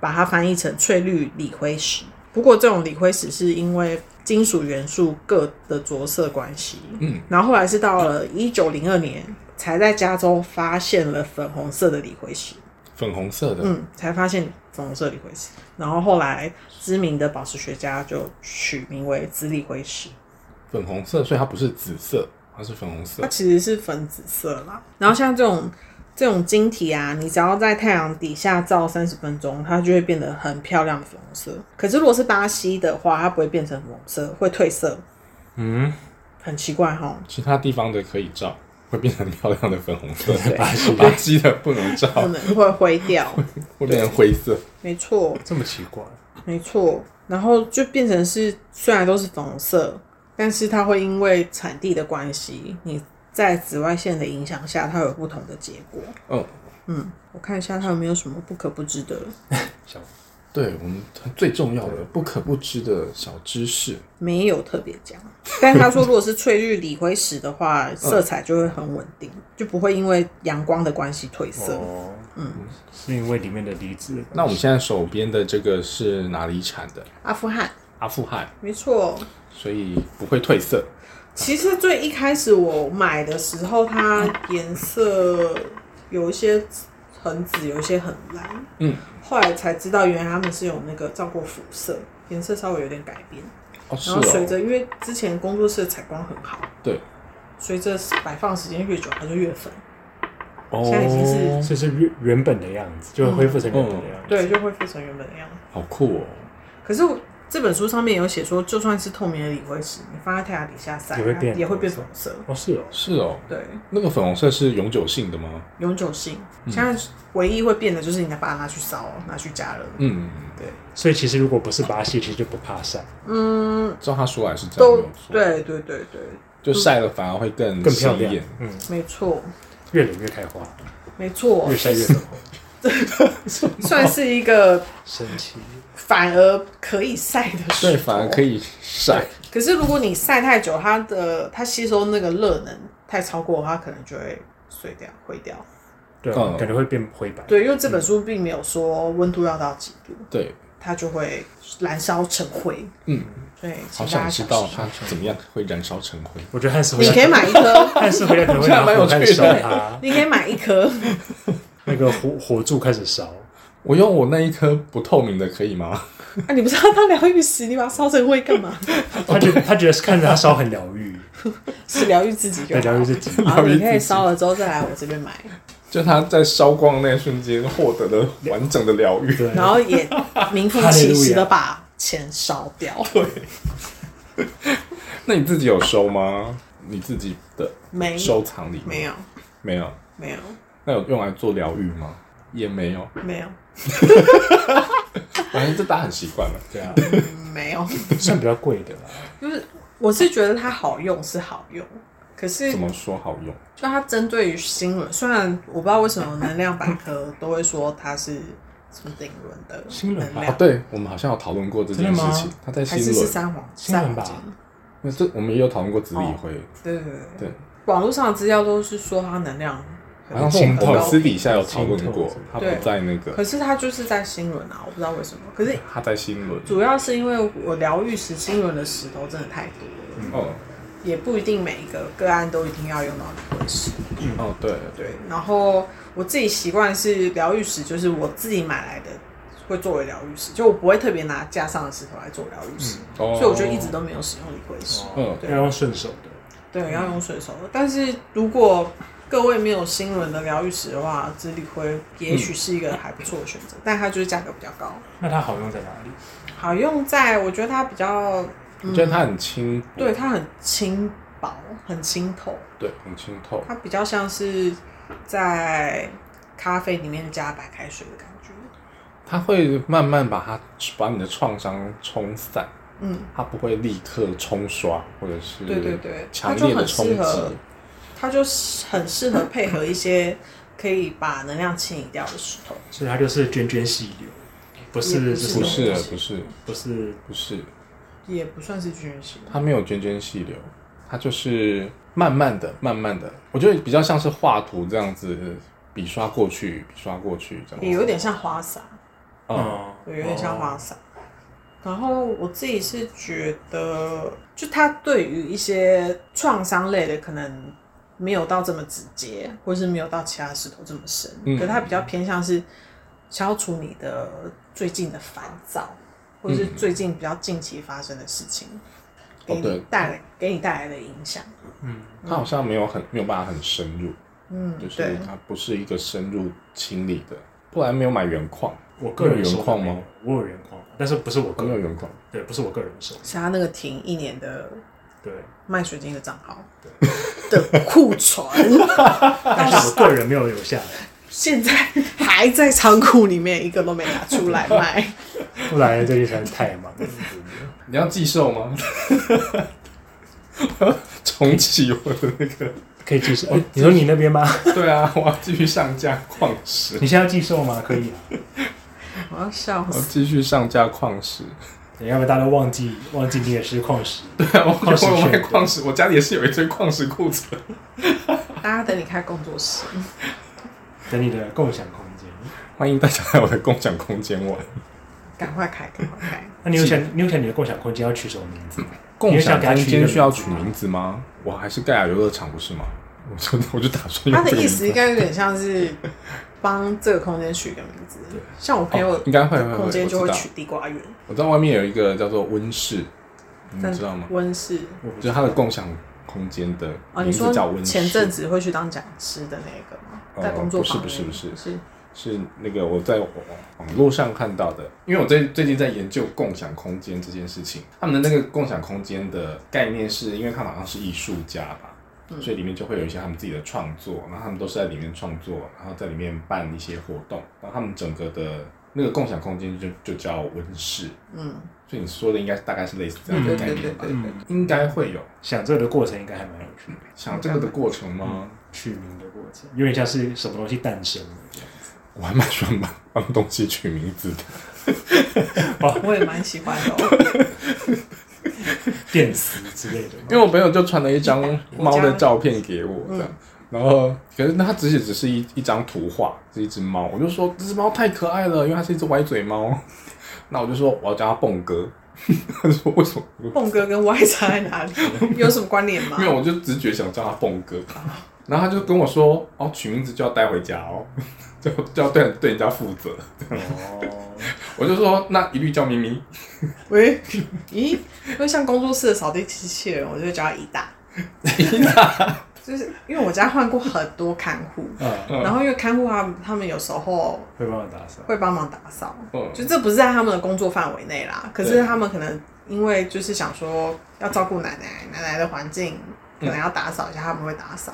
Speaker 2: 把它翻译成翠绿锂灰石。不过这种锂灰石是因为金属元素各的着色关系，
Speaker 1: 嗯，
Speaker 2: 然后后来是到了一九零二年才在加州发现了粉红色的锂灰石，
Speaker 1: 粉红色的，
Speaker 2: 嗯，才发现粉红色锂灰石。然后后来知名的宝石学家就取名为紫锂灰石。
Speaker 1: 粉红色，所以它不是紫色，它是粉红
Speaker 2: 它
Speaker 1: 色。
Speaker 2: 其实是粉紫色啦。然后像这种这种晶体啊，你只要在太阳底下照三十分钟，它就会变得很漂亮的粉红色。可是如果是巴西的话，它不会变成粉红色，会褪色，
Speaker 3: 嗯，
Speaker 2: 很奇怪哈。
Speaker 1: 其他地方的可以照，会变成漂亮的粉红色。
Speaker 3: 巴西
Speaker 1: 巴西的不能照，
Speaker 2: 可能会灰掉，
Speaker 1: 会变成灰色。
Speaker 2: 没错，
Speaker 3: 这么奇怪，
Speaker 2: 没错。然后就变成是虽然都是粉红色，但是它会因为产地的关系，你在紫外线的影响下，它有不同的结果。
Speaker 1: 嗯，
Speaker 2: 嗯，我看一下它有没有什么不可不知的。
Speaker 3: 小
Speaker 1: 对我们最重要的不可不知的小知识，
Speaker 2: 没有特别讲，但是他说，如果是翠绿锂辉石 的话，
Speaker 1: 嗯
Speaker 2: 色彩就会很稳定，就不会因为阳光的关系褪色。
Speaker 3: 哦，嗯，是因为里面的离子。
Speaker 1: 那我们现在手边的这个是哪里产的？
Speaker 2: 阿富汗，
Speaker 1: 阿富汗，
Speaker 2: 没错。
Speaker 1: 所以不会褪色。
Speaker 2: 其实最一开始我买的时候，它颜色有一些很紫，有一些很蓝。
Speaker 1: 嗯，
Speaker 2: 后来才知道，原来他们是有那个照过辐射，颜色稍微有点改变。
Speaker 1: 哦，是
Speaker 2: 然后随
Speaker 1: 哦，
Speaker 2: 着，因为之前工作室的采光很好，
Speaker 1: 对，
Speaker 2: 随着摆放时间越久，它就越粉，
Speaker 1: 哦
Speaker 2: 现在已经是
Speaker 3: 这是原原本的样子，就会恢复成原本
Speaker 1: 嗯
Speaker 3: 的样子。
Speaker 2: 对，就恢复成原本的样子。
Speaker 1: 好酷哦。
Speaker 2: 可是我这本书上面有写说，就算是透明的锂辉石，你放在太阳底下晒，
Speaker 3: 也会变
Speaker 2: 它也会变粉红色。
Speaker 3: 哦，是哦，
Speaker 1: 是哦，
Speaker 2: 对，
Speaker 1: 那个粉红色是永久性的吗？
Speaker 2: 永久性。
Speaker 1: 嗯
Speaker 2: 现在唯一会变的就是你把它拿去烧，拿去加热。
Speaker 1: 嗯，
Speaker 2: 对，
Speaker 3: 所以其实如果不是巴西，其实就不怕晒，
Speaker 2: 嗯，
Speaker 1: 照他说来是这样，
Speaker 2: 都
Speaker 1: 没有错，
Speaker 2: 对对对对，
Speaker 1: 就晒了反而会更
Speaker 3: 更漂
Speaker 1: 显
Speaker 3: 亮
Speaker 1: 眼。。
Speaker 3: 嗯，
Speaker 2: 没错
Speaker 3: 越冷越开花，
Speaker 2: 没错
Speaker 3: 越，晒越粉红，
Speaker 2: 算是一个
Speaker 3: 神奇。
Speaker 2: 反而可以晒的石头。
Speaker 1: 对，反而可
Speaker 2: 以。
Speaker 1: 以晒。
Speaker 2: 可是如果你晒太久，它的它吸收那个热能太超过的话，可能就会碎掉、毁掉。
Speaker 3: 对啊，
Speaker 1: 嗯
Speaker 3: 感觉会变灰白。
Speaker 2: 对，因为这本书并没有说温度要到几度。
Speaker 1: 对，
Speaker 2: 它就会燃烧成灰。
Speaker 1: 嗯，
Speaker 2: 对，
Speaker 1: 好
Speaker 2: 请大
Speaker 1: 想
Speaker 2: 家
Speaker 1: 知道
Speaker 2: 小
Speaker 1: 它
Speaker 2: 心
Speaker 1: 怎么样会燃烧成灰。
Speaker 3: 我觉得汉斯回
Speaker 2: 你可以
Speaker 3: 来，
Speaker 2: 买一颗，
Speaker 3: 汉斯回来可能会
Speaker 1: 这
Speaker 3: 拿
Speaker 1: 还蛮有
Speaker 3: 火
Speaker 1: 趣的
Speaker 3: 开始烧它，
Speaker 2: 你可以买一颗。啊
Speaker 3: 那个火火柱开始烧。
Speaker 1: 我用我那一颗不透明的可以吗？
Speaker 2: 啊，你不知道它疗愈石，你把它烧成灰干嘛？
Speaker 3: 他觉得他觉得是看着他烧很疗愈，
Speaker 2: 是疗愈自己就
Speaker 3: 对，
Speaker 2: 好。
Speaker 3: 疗愈自己。
Speaker 2: 然后
Speaker 1: 疗愈
Speaker 2: 你
Speaker 1: 自
Speaker 2: 可以
Speaker 1: 己
Speaker 2: 烧了之后再来我这边买，
Speaker 1: 就它在烧光的那瞬间获得了完整的疗愈。
Speaker 3: 对，
Speaker 2: 然后也名副其实的把钱烧掉。
Speaker 1: 那你自己有收吗？你自己的
Speaker 2: 没
Speaker 1: 收藏里面
Speaker 2: 哎没有
Speaker 1: 没有？
Speaker 2: 没有
Speaker 1: 那有用来做疗愈吗？也没有，
Speaker 2: 没有
Speaker 1: 反正这大家很习惯了。
Speaker 3: 对啊，
Speaker 2: 没有，
Speaker 3: 算比较贵的啦。
Speaker 2: 就是我是觉得它好用是好用，可是
Speaker 1: 怎么说好用？
Speaker 2: 就它针对于新轮，虽然我不知道为什么能量百科都会说它是什么顶轮的
Speaker 3: 新轮吧
Speaker 2: 能
Speaker 1: 啊，
Speaker 2: 量，
Speaker 1: 对，我们好像有讨论过这件事
Speaker 3: 真的
Speaker 1: 情
Speaker 3: 吗。
Speaker 1: 它在
Speaker 2: 还是
Speaker 1: 新
Speaker 2: 是
Speaker 1: 轮，
Speaker 2: 三黄
Speaker 3: 新
Speaker 2: 三
Speaker 3: 轮
Speaker 2: 黄
Speaker 3: 吧
Speaker 2: 金？
Speaker 1: 那这我们也有讨论过紫理会，
Speaker 2: 对对对
Speaker 1: 对
Speaker 2: 对，网络上的资料都是说它能量很
Speaker 1: 好像是我们
Speaker 2: 高
Speaker 1: 讨私底下有讨
Speaker 3: 清
Speaker 1: 论
Speaker 3: 透
Speaker 1: 过
Speaker 3: 是吧，
Speaker 1: 它不
Speaker 2: 对
Speaker 1: 在那个，
Speaker 2: 可是它就是在新轮啊，我不知道为什么。可是
Speaker 1: 它在新轮。
Speaker 2: 主要是因为我疗愈时新轮的石头真的太多了，
Speaker 1: 哦
Speaker 2: 也不一定每一个个案都一定要用到灵魂石。
Speaker 1: 哦，对，
Speaker 2: 对，然后我自己习惯是疗愈石，就是我自己买来的。会作为疗愈石，就我不会特别拿架上的石头来做疗愈石，
Speaker 1: 哦，
Speaker 2: 所以我就一直都没有使用理会石。
Speaker 1: 嗯
Speaker 3: 要用顺手的，
Speaker 2: 对，要用水手。但是如果各位没有新轮的疗愈石的话，紫锂灰
Speaker 1: 嗯
Speaker 2: 也许是一个还不错的选择，但它就是价格比较高。
Speaker 3: 那它好用在哪里？
Speaker 2: 好用在我觉得它比较，
Speaker 1: 我觉得它很轻，
Speaker 2: 对，它很轻薄，很清透，
Speaker 1: 对，很清透。
Speaker 2: 它比较像是在咖啡里面加白开水的感觉。
Speaker 1: 它会慢慢把它把你的创伤冲散，
Speaker 2: 嗯，
Speaker 1: 它不会立刻冲刷或者是
Speaker 2: 对对对
Speaker 1: 强烈的冲
Speaker 2: 它就很适合
Speaker 1: 击。
Speaker 2: 它就是很适合配合一些可以把能量清理掉的石头。
Speaker 3: 所以它就是涓涓细流，不
Speaker 2: 也
Speaker 3: 是
Speaker 2: 不
Speaker 3: 就是是
Speaker 1: 不是
Speaker 2: 是
Speaker 1: 不是
Speaker 3: 不是
Speaker 1: 不是，
Speaker 2: 也不算是均匀石，
Speaker 1: 它没有涓涓细流，它就是慢慢的、慢慢的，我觉得比较像是画图这样子，笔刷过去，笔刷过去这样子。
Speaker 2: 也有点像花洒。
Speaker 1: 嗯，
Speaker 3: 嗯，
Speaker 2: 有点像花
Speaker 1: 哦
Speaker 2: 洒。然后我自己是觉得，就它对于一些创伤类的可能没有到这么直接，或是没有到其他石头这么深，
Speaker 1: 嗯
Speaker 2: 可它比较偏向是消除你的最近的烦躁，或是最近比较近期发生的事情，给
Speaker 1: 哦对
Speaker 2: 你带来给你带来的影响。
Speaker 1: 它好像没有很没有办法很深入，
Speaker 2: 嗯，
Speaker 1: 就是
Speaker 2: 对，
Speaker 1: 它不是一个深入清理的，不然没有买原矿，
Speaker 3: 我个人
Speaker 1: 你有原
Speaker 3: 收
Speaker 1: 矿
Speaker 3: 的没
Speaker 1: 吗
Speaker 3: 有？我有原矿，但是不是我
Speaker 1: 我
Speaker 3: 个
Speaker 1: 没有
Speaker 3: 人，
Speaker 1: 原矿。
Speaker 3: 对，不是我个人收，
Speaker 2: 是他那个停一年的
Speaker 3: 对，
Speaker 2: 卖水晶的账号的库存。
Speaker 3: 但是我个人没有留下来，
Speaker 2: 现在还在仓库里面，一个都没拿出来卖。
Speaker 3: 不然最近实在是太 忙了。
Speaker 1: 你要寄售吗？我要重启我的那个
Speaker 3: 可以寄售。哦你说你那边吗？
Speaker 1: 对啊，我要继续上架矿石，
Speaker 3: 你现在要寄售吗？可以啊。
Speaker 2: 我要笑
Speaker 1: 我要
Speaker 2: 死。
Speaker 1: 继续上架矿石。
Speaker 3: 对要不然大家都忘记忘记你也是矿石，
Speaker 1: 对啊， 我
Speaker 3: 矿石
Speaker 1: 我卖
Speaker 3: 圈
Speaker 1: 矿石，我家里也是有一堆矿石库存。
Speaker 2: 大家等你开工作室，
Speaker 3: 等你的共享空间。
Speaker 1: 欢迎大家来我的共享空间玩。
Speaker 2: 赶快开，赶快开。
Speaker 3: 那你有想你有想你的共享空间要取什么名字吗？
Speaker 1: 共享空间需要取名字吗？我还是盖亚游乐场不是吗？ 我就我就打算
Speaker 2: 他
Speaker 1: 用
Speaker 2: 的
Speaker 1: 这个
Speaker 2: 意
Speaker 1: 名
Speaker 2: 思
Speaker 1: 字哦
Speaker 2: 应该有点像是帮这个空间取一个名字，像我朋友
Speaker 1: 哦应该会会
Speaker 2: 的
Speaker 1: 会
Speaker 2: 空间就
Speaker 1: 我
Speaker 2: 会
Speaker 1: 知道
Speaker 2: 取地瓜园，
Speaker 1: 我知道外面有一个叫做温室，你
Speaker 2: 但
Speaker 1: 们知道吗？
Speaker 2: 温室
Speaker 3: 我不
Speaker 1: 就是它的共享空间的
Speaker 2: 啊，
Speaker 1: 名
Speaker 2: 你
Speaker 1: 字
Speaker 2: 说
Speaker 1: 叫温室。
Speaker 2: 前阵子会去当讲师的那个吗？
Speaker 1: 哦
Speaker 2: 在工作坊
Speaker 1: 不是不是
Speaker 2: 那个 是
Speaker 1: 是那个我在网网络上看到的，因为我最最近在研究共享空间这件事情，他们的那个共享空间的概念是因为他们好像是艺术家吧。
Speaker 2: 嗯
Speaker 1: 所以里面就会有一些他们自己的创作，然后他们都是在里面创作，然后在里面办一些活动，然后他们整个的那个共享空间就就叫温室。
Speaker 2: 嗯，
Speaker 1: 所以你说的应该大概是类似这样的
Speaker 2: 对
Speaker 1: 概
Speaker 2: 对
Speaker 1: 念
Speaker 2: 对
Speaker 1: 吧？
Speaker 2: 对对，
Speaker 1: 应该会有
Speaker 3: 想这个的过程应该还蛮有趣的，
Speaker 1: 想这个的过程
Speaker 2: 嗯
Speaker 1: 吗？
Speaker 3: 取名的过程有点像是什么东西诞生的这样子。
Speaker 1: 我还蛮喜欢帮帮东西取名字的。
Speaker 2: 我也蛮喜欢 的哦。
Speaker 3: 电磁之类的吗。
Speaker 1: 因为我朋友就传了一张
Speaker 2: 哎
Speaker 1: 猫的照片给我，
Speaker 2: 嗯
Speaker 1: 这样，然后可是那它只是只是一一张图画，是一只猫，我就说这只猫太可爱了，因为它是一只歪嘴猫。 那我就说我要叫它蹦哥， 他说为什么？
Speaker 2: 蹦哥跟 Y 差在哪里？有什么关联吗
Speaker 1: 没？有，我就直觉想叫它蹦哥，然后他就跟我说哦，取名字就要带回家哦， 就就要对对人家负责。
Speaker 3: 哦，
Speaker 1: 我就说那一律叫咪咪，
Speaker 2: 喂，咦，因为像工作室的扫地机器人，我就会叫他一大， 就是因为我家换过很多看护，
Speaker 3: 嗯，
Speaker 1: 嗯
Speaker 2: 然后因为看护他们他们有时候
Speaker 3: 会帮我打扫。
Speaker 2: 会帮忙打扫，
Speaker 1: 嗯
Speaker 2: 就这不是在他们的工作范围内啦。可是
Speaker 1: 对
Speaker 2: 他们可能因为就是想说要照顾奶奶，奶奶的环境可能要打扫一下，他们会打扫。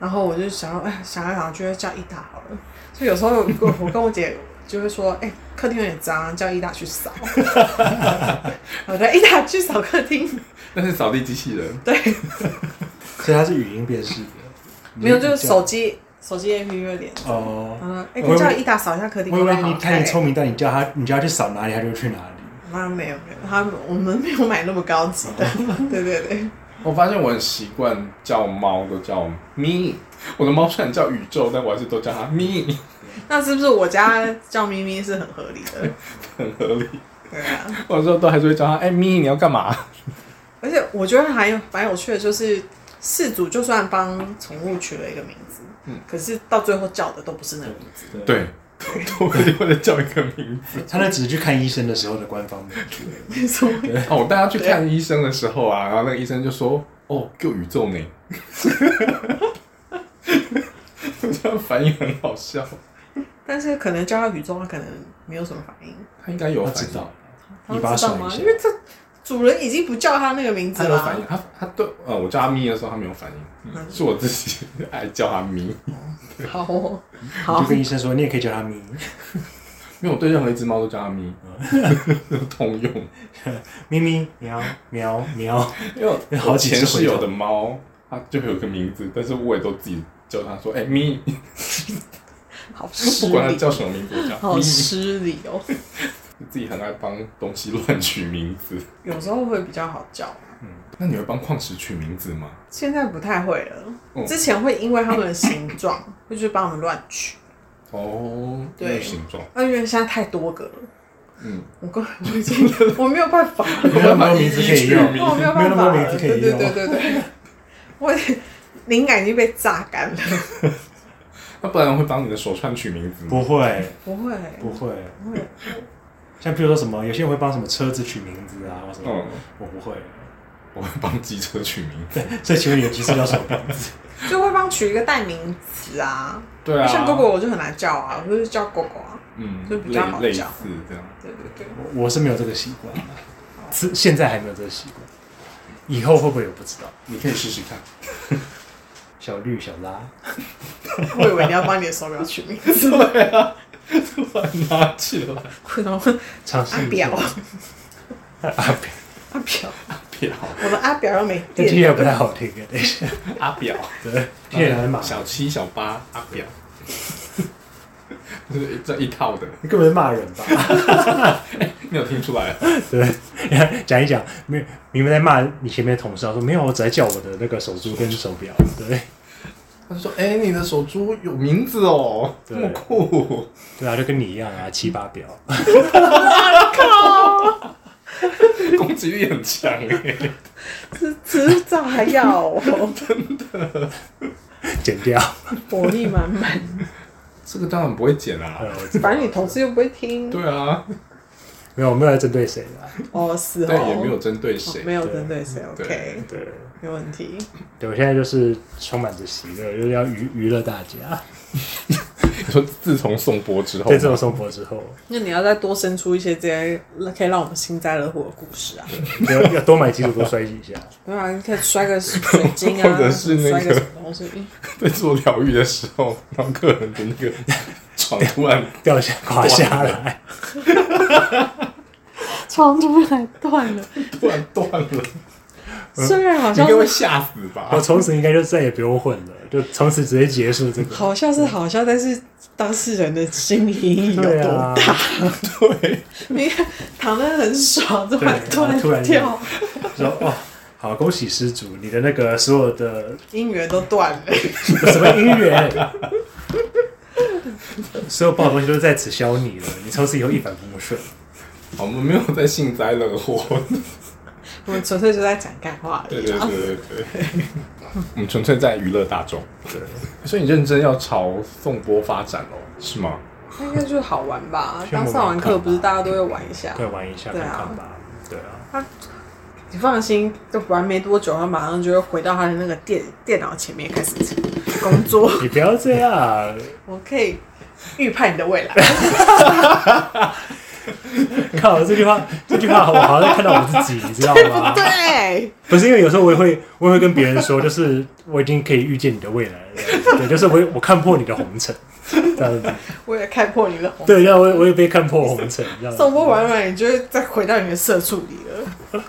Speaker 2: 然后我就想说，哎，想来想去叫伊达好了。所以有时候我我跟我姐就会说，哎，客厅有点脏，叫伊达去扫。我说伊达哎去扫客厅，
Speaker 1: 那是扫地机器人。
Speaker 2: 对，
Speaker 3: 所以它是语音辨识的，
Speaker 2: 没有就是哎
Speaker 3: 你
Speaker 2: 手机手机 A P P 会连
Speaker 3: 叫
Speaker 2: 着。
Speaker 3: 哦。
Speaker 2: 嗯，哎，
Speaker 3: 我
Speaker 2: 你
Speaker 3: 以
Speaker 2: 叫
Speaker 3: 为
Speaker 2: 伊达扫一下客厅，
Speaker 3: 我以为你
Speaker 2: 好
Speaker 3: 看你
Speaker 2: 看
Speaker 3: 聪明，但你叫他，你叫他去扫哪里，他就去哪里。
Speaker 2: 那没有没有，他我们没有买那么高级 的，对对对，
Speaker 1: 我发现我很习惯叫猫都叫咪，我的猫虽然叫宇宙，但我还是都叫它咪，
Speaker 2: 那是不是我家叫咪咪是很合理 的？
Speaker 1: 很合理。
Speaker 2: 对啊，
Speaker 1: 我有时候都还是会叫它，哎、咪，你要干嘛？
Speaker 2: 而且我觉得还有蛮有趣的，就是事主就算帮宠物取了一个名字，
Speaker 1: 嗯
Speaker 2: 可是到最后叫的都不是那个名字，
Speaker 3: 对，
Speaker 1: 对，我一定会叫一个名字。
Speaker 3: 他那只是去看医生的时候的官方名字。
Speaker 2: 没错，
Speaker 1: 哦，我带它去看医生的时候啊，然后那个医生就说，哦，就宇宙呢。我 这样反应很好笑，
Speaker 2: 但是可能叫它宇宙，它可能没有什么反应，
Speaker 1: 它应该有
Speaker 3: 他
Speaker 1: 反
Speaker 3: 知
Speaker 1: 应
Speaker 3: 道，，
Speaker 2: 它
Speaker 3: 你
Speaker 2: 知
Speaker 3: 把
Speaker 2: 道
Speaker 3: 它甩一
Speaker 2: 吗？
Speaker 3: 下
Speaker 2: 因。为这主人已经不叫它那个名
Speaker 1: 它
Speaker 2: 字
Speaker 1: 有反
Speaker 2: 了
Speaker 1: 应，，它它对呃，我叫它咪的时候它没有反应，
Speaker 2: 嗯
Speaker 1: 是我自己爱叫它咪。
Speaker 2: 好哦，
Speaker 3: 你
Speaker 2: 好
Speaker 3: 就，跟医生说，你也可以叫他咪，
Speaker 1: 因为我对任何一只猫都叫它咪，通用。
Speaker 3: 咪咪喵喵喵。
Speaker 1: 因为
Speaker 3: 有
Speaker 1: 我
Speaker 3: 好几
Speaker 1: 前
Speaker 3: 只
Speaker 1: 室
Speaker 3: 回
Speaker 1: 友
Speaker 3: 头
Speaker 1: 的猫，它就有个名字，但是我也都自己叫它说，哎、咪，
Speaker 2: 好 失
Speaker 1: 不管它
Speaker 2: 礼，
Speaker 1: 叫什么名字，我叫
Speaker 2: 好
Speaker 1: 咪，
Speaker 2: 失礼哦，
Speaker 1: 自己很爱帮东西乱取名字。
Speaker 2: 有时候会比较好叫。
Speaker 1: 那你会帮矿石取名字吗？
Speaker 2: 现在不太会了，
Speaker 1: 嗯
Speaker 2: 之前会因为他们的形状，会去帮他们乱取。
Speaker 1: 哦，
Speaker 2: 对
Speaker 1: 没有形状，
Speaker 2: 那因为现在太多个了，
Speaker 1: 嗯，
Speaker 2: 我根本已经 我没有办法了，
Speaker 3: 没有那么多名字可以用，
Speaker 2: 我没有
Speaker 3: 没有
Speaker 2: 办法
Speaker 3: 那么多
Speaker 2: 了
Speaker 3: 名，字可
Speaker 2: 对
Speaker 3: 以
Speaker 2: 对
Speaker 3: 用。
Speaker 2: 对对对，我灵感已经被榨干了。
Speaker 1: 那不然会帮你的手串取名字吗？
Speaker 3: 不会
Speaker 2: 不会，
Speaker 3: 不会，
Speaker 2: 不会，
Speaker 3: 像譬如说什么，有些人会帮什么车子取名字啊，或什么，
Speaker 1: 嗯
Speaker 3: 我不会。
Speaker 1: 我会帮机车取名字。
Speaker 3: 所以请问你的机车叫什么名 字？
Speaker 2: 就会帮取一个代名词啊，
Speaker 1: 对啊，
Speaker 2: 像狗狗我就很难叫啊，我就是叫狗狗啊。
Speaker 1: 嗯，
Speaker 2: 就比较好
Speaker 1: 类类似
Speaker 2: 叫
Speaker 1: 这样。
Speaker 2: 对对对，
Speaker 3: 我我是没有这个习惯，是现在还没有这个习惯，以后会不会有不知道？
Speaker 1: 你可以试试 看，
Speaker 3: 小绿、小拉，
Speaker 2: 我以为你要帮你的手表取名 字，
Speaker 1: 啊突然拿起来，
Speaker 2: 然后
Speaker 3: 尝试
Speaker 2: 阿
Speaker 3: 一下
Speaker 2: 表，
Speaker 3: 阿表
Speaker 2: 阿表，
Speaker 1: 表，
Speaker 2: 我的阿表又没
Speaker 3: 但听起
Speaker 2: 电，
Speaker 3: 来不太好听哎，等一下，
Speaker 1: 阿表，
Speaker 3: 对，听起来很马，
Speaker 1: 小七、小八，阿表，就是 这一套的，
Speaker 3: 你根本是骂人吧？
Speaker 1: 你有听出来？
Speaker 3: 对，讲一讲，没有，明明在骂你前面的同事啊，说没有，我只在叫我的那个手珠跟手表，对，
Speaker 1: 他就说：“哎、你的手珠有名字哦，这
Speaker 3: 对
Speaker 1: 么酷。
Speaker 3: 对啊，就跟你一样啊，七八表，
Speaker 1: 攻击力很强哎。
Speaker 2: 这执照还要哦
Speaker 3: 剪掉，
Speaker 2: 火力满满。
Speaker 1: 这个当然不会剪啊。
Speaker 3: 呃，我知道
Speaker 2: 反正你同事又不会听，
Speaker 1: 对啊，
Speaker 3: 没有，我没有在针对谁啊啦，
Speaker 2: 哦，是哦，
Speaker 1: 但也没有针对
Speaker 2: 哦
Speaker 1: 谁。
Speaker 2: 没有
Speaker 3: 对
Speaker 2: 针对谁，OK，
Speaker 1: 对
Speaker 3: 对，
Speaker 2: 没问题。
Speaker 3: 对我现在就是充满着喜乐，就是要娱娱乐大家，
Speaker 1: 你说自从宋波之后
Speaker 3: 在，哦这种生活之后，
Speaker 2: 那你要再多生出一些这些可以让我们幸灾乐祸的故事啊，
Speaker 3: 要要多买几组多摔几下，
Speaker 2: 对啊，你可以摔个水晶啊，
Speaker 1: 或者是那个
Speaker 2: 摔个什么东西，
Speaker 1: 在做疗愈的时候，然后客人的那个床突 然
Speaker 3: 掉下垮下来，
Speaker 2: 床突然断了，
Speaker 1: 突然断了，
Speaker 2: 虽然
Speaker 1: 你
Speaker 2: 好
Speaker 1: 应
Speaker 2: 像
Speaker 1: 该会
Speaker 2: 是
Speaker 1: 吓死吧
Speaker 3: 我？从此应该就再也不用混了，就从此直接结束这个，
Speaker 2: 好像是好像，但是当事人的心理阴影 有
Speaker 3: 对
Speaker 2: 多
Speaker 3: 啊
Speaker 2: 大？，
Speaker 1: 对，
Speaker 2: 你看躺得很爽，突然
Speaker 3: 对
Speaker 2: 突
Speaker 3: 突然
Speaker 2: 然
Speaker 3: 间
Speaker 2: 跳，
Speaker 3: 说哦，好，恭喜失主，你的那个所有的
Speaker 2: 姻缘都断了。
Speaker 3: 什么 姻缘，所有不好的东西都是在此消弭了，你从此以后一帆风顺。
Speaker 1: 我们没有在幸灾乐 祸。
Speaker 2: 我们纯粹就在讲干话啊而
Speaker 1: 对
Speaker 2: 已
Speaker 1: 对
Speaker 2: 啦。
Speaker 1: 对对对，我们纯粹在娱乐大众。
Speaker 3: 对，
Speaker 1: 所以你认真要朝宋波发展哦，是吗？
Speaker 2: 那应该就是好玩吧？
Speaker 3: 希
Speaker 2: 刚
Speaker 3: 望我们
Speaker 2: 上完
Speaker 3: 看
Speaker 2: 课
Speaker 3: 吧
Speaker 2: 不是大家都会玩一下？
Speaker 3: 快玩一下看
Speaker 2: 对啊
Speaker 3: 看吧。对啊，
Speaker 2: 你放心，就玩没多久，他马上就会回到他的那个电电脑前面开始工 作。
Speaker 3: 你不要这样，
Speaker 2: 我可以预判你的未来。
Speaker 3: 靠，这句话，这句话我好像在看到我自己，你知道吗？
Speaker 2: 对，
Speaker 3: 不是因为有时候我也会，我也会跟别人说，就是我已经可以预见你的未来了，对，就是我我看破你的红尘，这样子，
Speaker 2: 我也看破你的红。
Speaker 3: 对，让我我也被看破红尘，这样子
Speaker 2: 送。播玩完，你就会再回到你的社畜里了。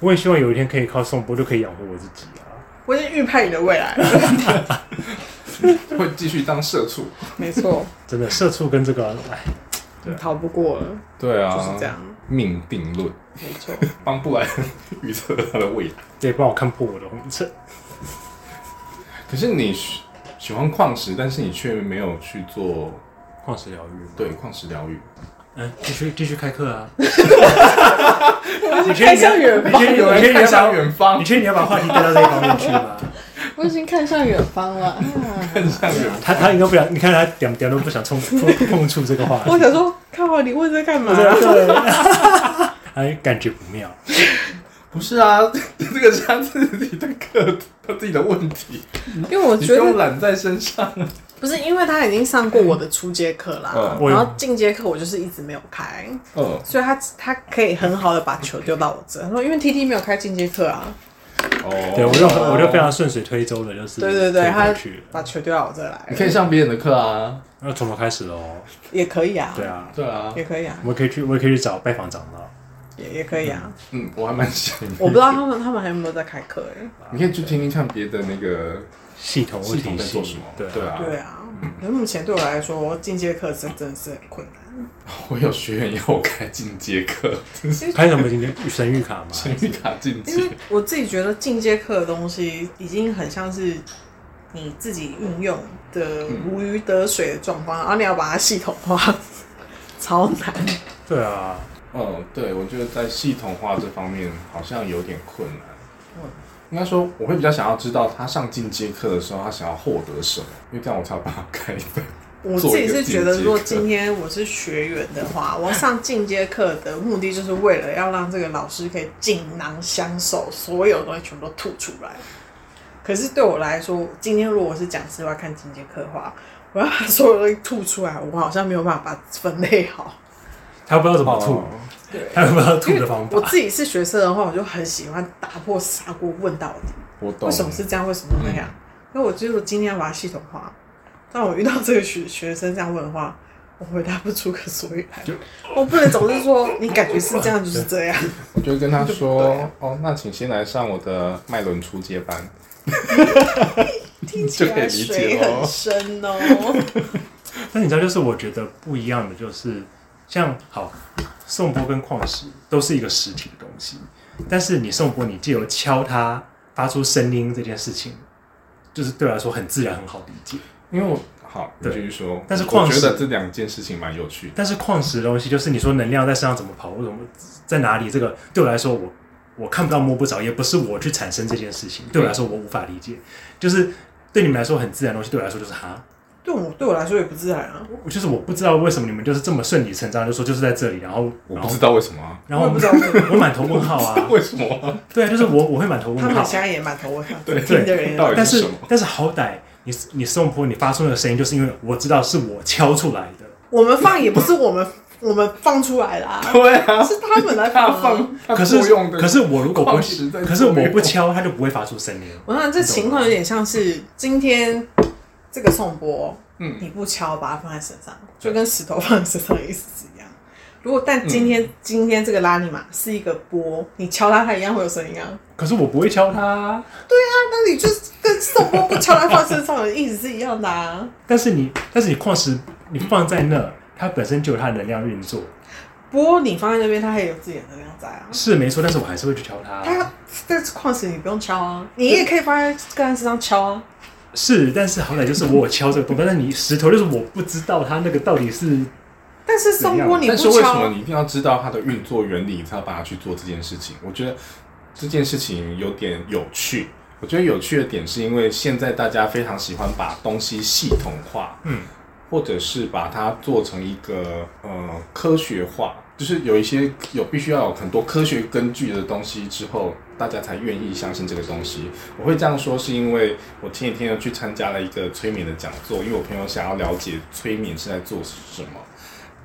Speaker 3: 我也希望有一天可以靠送播就可以养活我自己啊，
Speaker 2: 我已经预判你的未来了。
Speaker 1: 会继续当社畜？
Speaker 2: 没错，
Speaker 3: 真的，社畜跟这个，哎，
Speaker 1: 啊
Speaker 2: 你逃不过了，
Speaker 1: 对啊，
Speaker 2: 就是这样。
Speaker 1: 命定论，
Speaker 2: 没错，
Speaker 1: 帮布莱恩预测他的未来。
Speaker 3: 对，帮我看破我的红尘。
Speaker 1: 可是你喜喜欢矿石，但是你却没有去做
Speaker 3: 矿石疗愈，
Speaker 1: 对矿石疗愈，
Speaker 3: 嗯，继续继续开课啊！
Speaker 2: 我已经
Speaker 3: 你确
Speaker 2: 看
Speaker 3: 定
Speaker 2: 向远
Speaker 3: 你
Speaker 2: 方
Speaker 3: 确，定有人
Speaker 1: 啊你
Speaker 3: 可以
Speaker 1: 看
Speaker 3: 聊
Speaker 1: 向
Speaker 3: 到
Speaker 1: 远方
Speaker 3: 你，确定你要把话题带到这一方面去吗？
Speaker 2: 我已经看向远方 了。
Speaker 1: 看向远方。
Speaker 3: 他他应该不想，你看他点点都不想 冲碰碰触这个话题。
Speaker 2: 我想说，靠，你问这干嘛？
Speaker 1: 啊
Speaker 3: 对， 哎，感觉不妙。
Speaker 1: 不是啊， 这个是他自己的课，他自己的问题，
Speaker 2: 因为我
Speaker 1: 你
Speaker 2: 觉
Speaker 1: 不用
Speaker 2: 得
Speaker 1: 揽在身 上。
Speaker 2: 不是，因为他已经上过我的初阶课啦，
Speaker 1: 嗯
Speaker 2: 然后进阶课我就是一直没有开，
Speaker 1: 嗯，
Speaker 2: 所以他他可以很好的把球丢到我这。他说，因为 T T 没有开进阶课啊，
Speaker 1: 哦，
Speaker 3: 对我就我就非常顺水推舟的，就是
Speaker 2: 对对对，
Speaker 3: 推
Speaker 2: 他
Speaker 3: 过去了
Speaker 2: 把球丢到我这来，
Speaker 1: 你可以上别人的课啊，
Speaker 3: 那从头开始喽。
Speaker 2: 也可以啊，
Speaker 3: 对啊，
Speaker 1: 对啊，
Speaker 2: 也可以啊，
Speaker 3: 我可以去，我也可以去找拜访长老。
Speaker 2: 也也可以啊。
Speaker 1: 嗯，我还蛮想念，
Speaker 2: 我不知道他们他们还有没有在开课哎、
Speaker 1: 你可以去听听看别的那个
Speaker 3: 系统问
Speaker 1: 系统
Speaker 3: 题
Speaker 1: 在
Speaker 3: 系
Speaker 1: 做什么，
Speaker 3: 对
Speaker 1: 对啊，
Speaker 2: 对啊，那目前对我来说，进阶课真真的是很困难。
Speaker 1: 我有学员要我开进阶课，真是
Speaker 3: 拍什么今天神谕卡吗？
Speaker 1: 神谕卡进
Speaker 2: 因为
Speaker 1: 阶，
Speaker 2: 我自己觉得进阶课的东西已经很像是你自己运用的
Speaker 1: 嗯
Speaker 2: 如鱼得水的状况，然后你要把它系统化， 超难。
Speaker 3: 对啊，
Speaker 1: 嗯，对，我觉得在系统化这方面好像有点困难
Speaker 2: 嗯。
Speaker 1: 应该说，我会比较想要知道他上进阶课的时候，他想要获得什么，因为这样我才有办法开分。
Speaker 2: 我自
Speaker 1: 做一
Speaker 2: 己
Speaker 1: 个
Speaker 2: 是觉得，
Speaker 1: 进阶课
Speaker 2: 如果今天我是学员的话，我上进阶课的目的就是为了要让这个老师可以锦囊相授，所有东西全部都吐出来。可是对我来说，今天如果我是讲师，我要看进阶课的话，我要把所有东西吐出来，我好像没有办法把它分类好。
Speaker 3: 他不知道怎么吐
Speaker 1: 哦，
Speaker 2: 对，
Speaker 3: 他不知道吐的方
Speaker 2: 我
Speaker 3: 法。
Speaker 2: 自己是学生的话，我就很喜欢打破砂锅问到底。
Speaker 1: 我懂。嗯
Speaker 2: 为什么是这样？为什么那样？那、我觉得我今天要把它系统化。当我遇到这个学学生这样问的话，我回答不出个所以然
Speaker 1: 就，
Speaker 2: 我不能总是说你感觉是这样就是这样，
Speaker 1: 我就跟他说，哦，那请先来上我的麦伦初阶班。
Speaker 2: 听起
Speaker 1: 就可以
Speaker 2: 来
Speaker 1: 理解
Speaker 2: 水
Speaker 1: 咯
Speaker 2: 很深哦。
Speaker 3: 但你知道，就是我觉得不一样的，就是像好颂钵跟矿石都是一个实体的东西，但是你颂钵，你借由敲它发出声音这件事情，就是对我来说很自然，很好理解。
Speaker 1: 因为我好，你
Speaker 3: 对
Speaker 1: 继续说。
Speaker 3: 但是
Speaker 1: 我
Speaker 3: 矿
Speaker 1: 觉
Speaker 3: 石
Speaker 1: 得这两件事情蛮有趣的。
Speaker 3: 但是矿石的东西，就是你说能量在身上怎么跑，或怎么在哪里，这个对我来说我我看不到摸不着，也不是我去产生这件事情，对我来说我无法理解。就是对你们来说很自然的东西，对我来说就是哈，
Speaker 2: 对我对我来说也不自然啊，
Speaker 3: 我就是我不知道为什么你们就是这么顺理成章，就说就是在这里，然后
Speaker 1: 我
Speaker 3: 然
Speaker 1: 不
Speaker 3: 后
Speaker 1: 知道为什么、啊，
Speaker 3: 然后
Speaker 2: 我也不知道为什 么
Speaker 3: 我满头问号啊，
Speaker 1: 为什么啊、
Speaker 3: 对啊，就是我我会满头
Speaker 2: 他
Speaker 3: 问
Speaker 2: 们
Speaker 3: 号
Speaker 2: 现，在也满头问号，
Speaker 1: 嗯对
Speaker 2: 听的人也
Speaker 1: 到底
Speaker 3: 但
Speaker 1: 是
Speaker 3: 是
Speaker 1: 什么
Speaker 3: 但是好歹你你送坡你发出那个声音，就是因为我知道是我敲出来的，
Speaker 2: 我们放也不是我们我们放出来 的啊，
Speaker 1: 对啊，
Speaker 2: 是他们来
Speaker 1: 他
Speaker 2: 放啊。
Speaker 1: 放他
Speaker 3: 可是
Speaker 1: 作用的，
Speaker 3: 可是我如果不
Speaker 1: 矿石在
Speaker 3: 可是
Speaker 1: 作用
Speaker 3: 我不敲，它就不会发出声音。
Speaker 2: 我想这情况有点像是今天这个颂钵，
Speaker 1: 嗯
Speaker 2: 你不敲把它放在身上，就跟石头放在身上的意思是一样。如果
Speaker 1: 嗯
Speaker 2: 但今天、今天这个拉尼玛是一个钵，你敲它它一样会有声音啊。
Speaker 3: 可是我不会敲它，
Speaker 2: 那你就是跟颂钵不敲它放身上的意思是一样的啊。
Speaker 3: 但是你但是你矿石你放在那，它本身就有它的能量运作，
Speaker 2: 钵你放在那边，它也有自己的能量在啊。
Speaker 3: 是没错，但是我还是会去敲它。
Speaker 2: 它但是矿石你不用敲啊，你也可以放在个人身上敲啊。
Speaker 3: 是，但是好歹就是我有敲这个动作，但是你石头就是我不知道它那个到底是
Speaker 2: 但是颂钵你
Speaker 1: 但是
Speaker 2: 不
Speaker 1: 为什么
Speaker 2: 敲，
Speaker 1: 你一定要知道它的运作原理，你才要把它去做这件事情？我觉得这件事情有点有趣。我觉得有趣的点是因为现在大家非常喜欢把东西系统化，
Speaker 3: 嗯，
Speaker 1: 或者是把它做成一个呃科学化，就是有一些有必须要有很多科学根据的东西之后，大家才愿意相信这个东西。我会这样说，是因为我前几天又去参加了一个催眠的讲座，因为我朋友想要了解催眠是在做什么，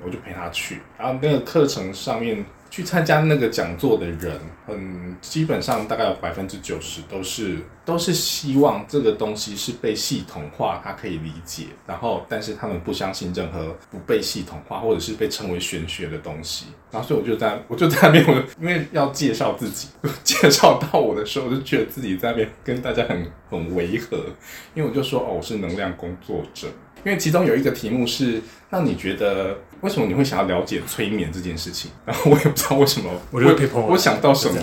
Speaker 1: 我就陪他去。然后那个课程上面去参加那个讲座的人，嗯，基本上大概有百分之九十都是都是希望这个东西是被系统化，他可以理解。然后，但是他们不相信任何不被系统化或者是被称为玄学的东西。然后，所以我就在我就在那边，我因为要介绍自己，介绍到我的时候，我就觉得自己在那边跟大家很很违和，因为我就说哦，我是能量工作者。因为其中有一个题目是让你觉得为什么你会想要了解催眠这件事情，然后我也不知道为什么，
Speaker 3: 我觉得可以碰
Speaker 1: 我想到什么，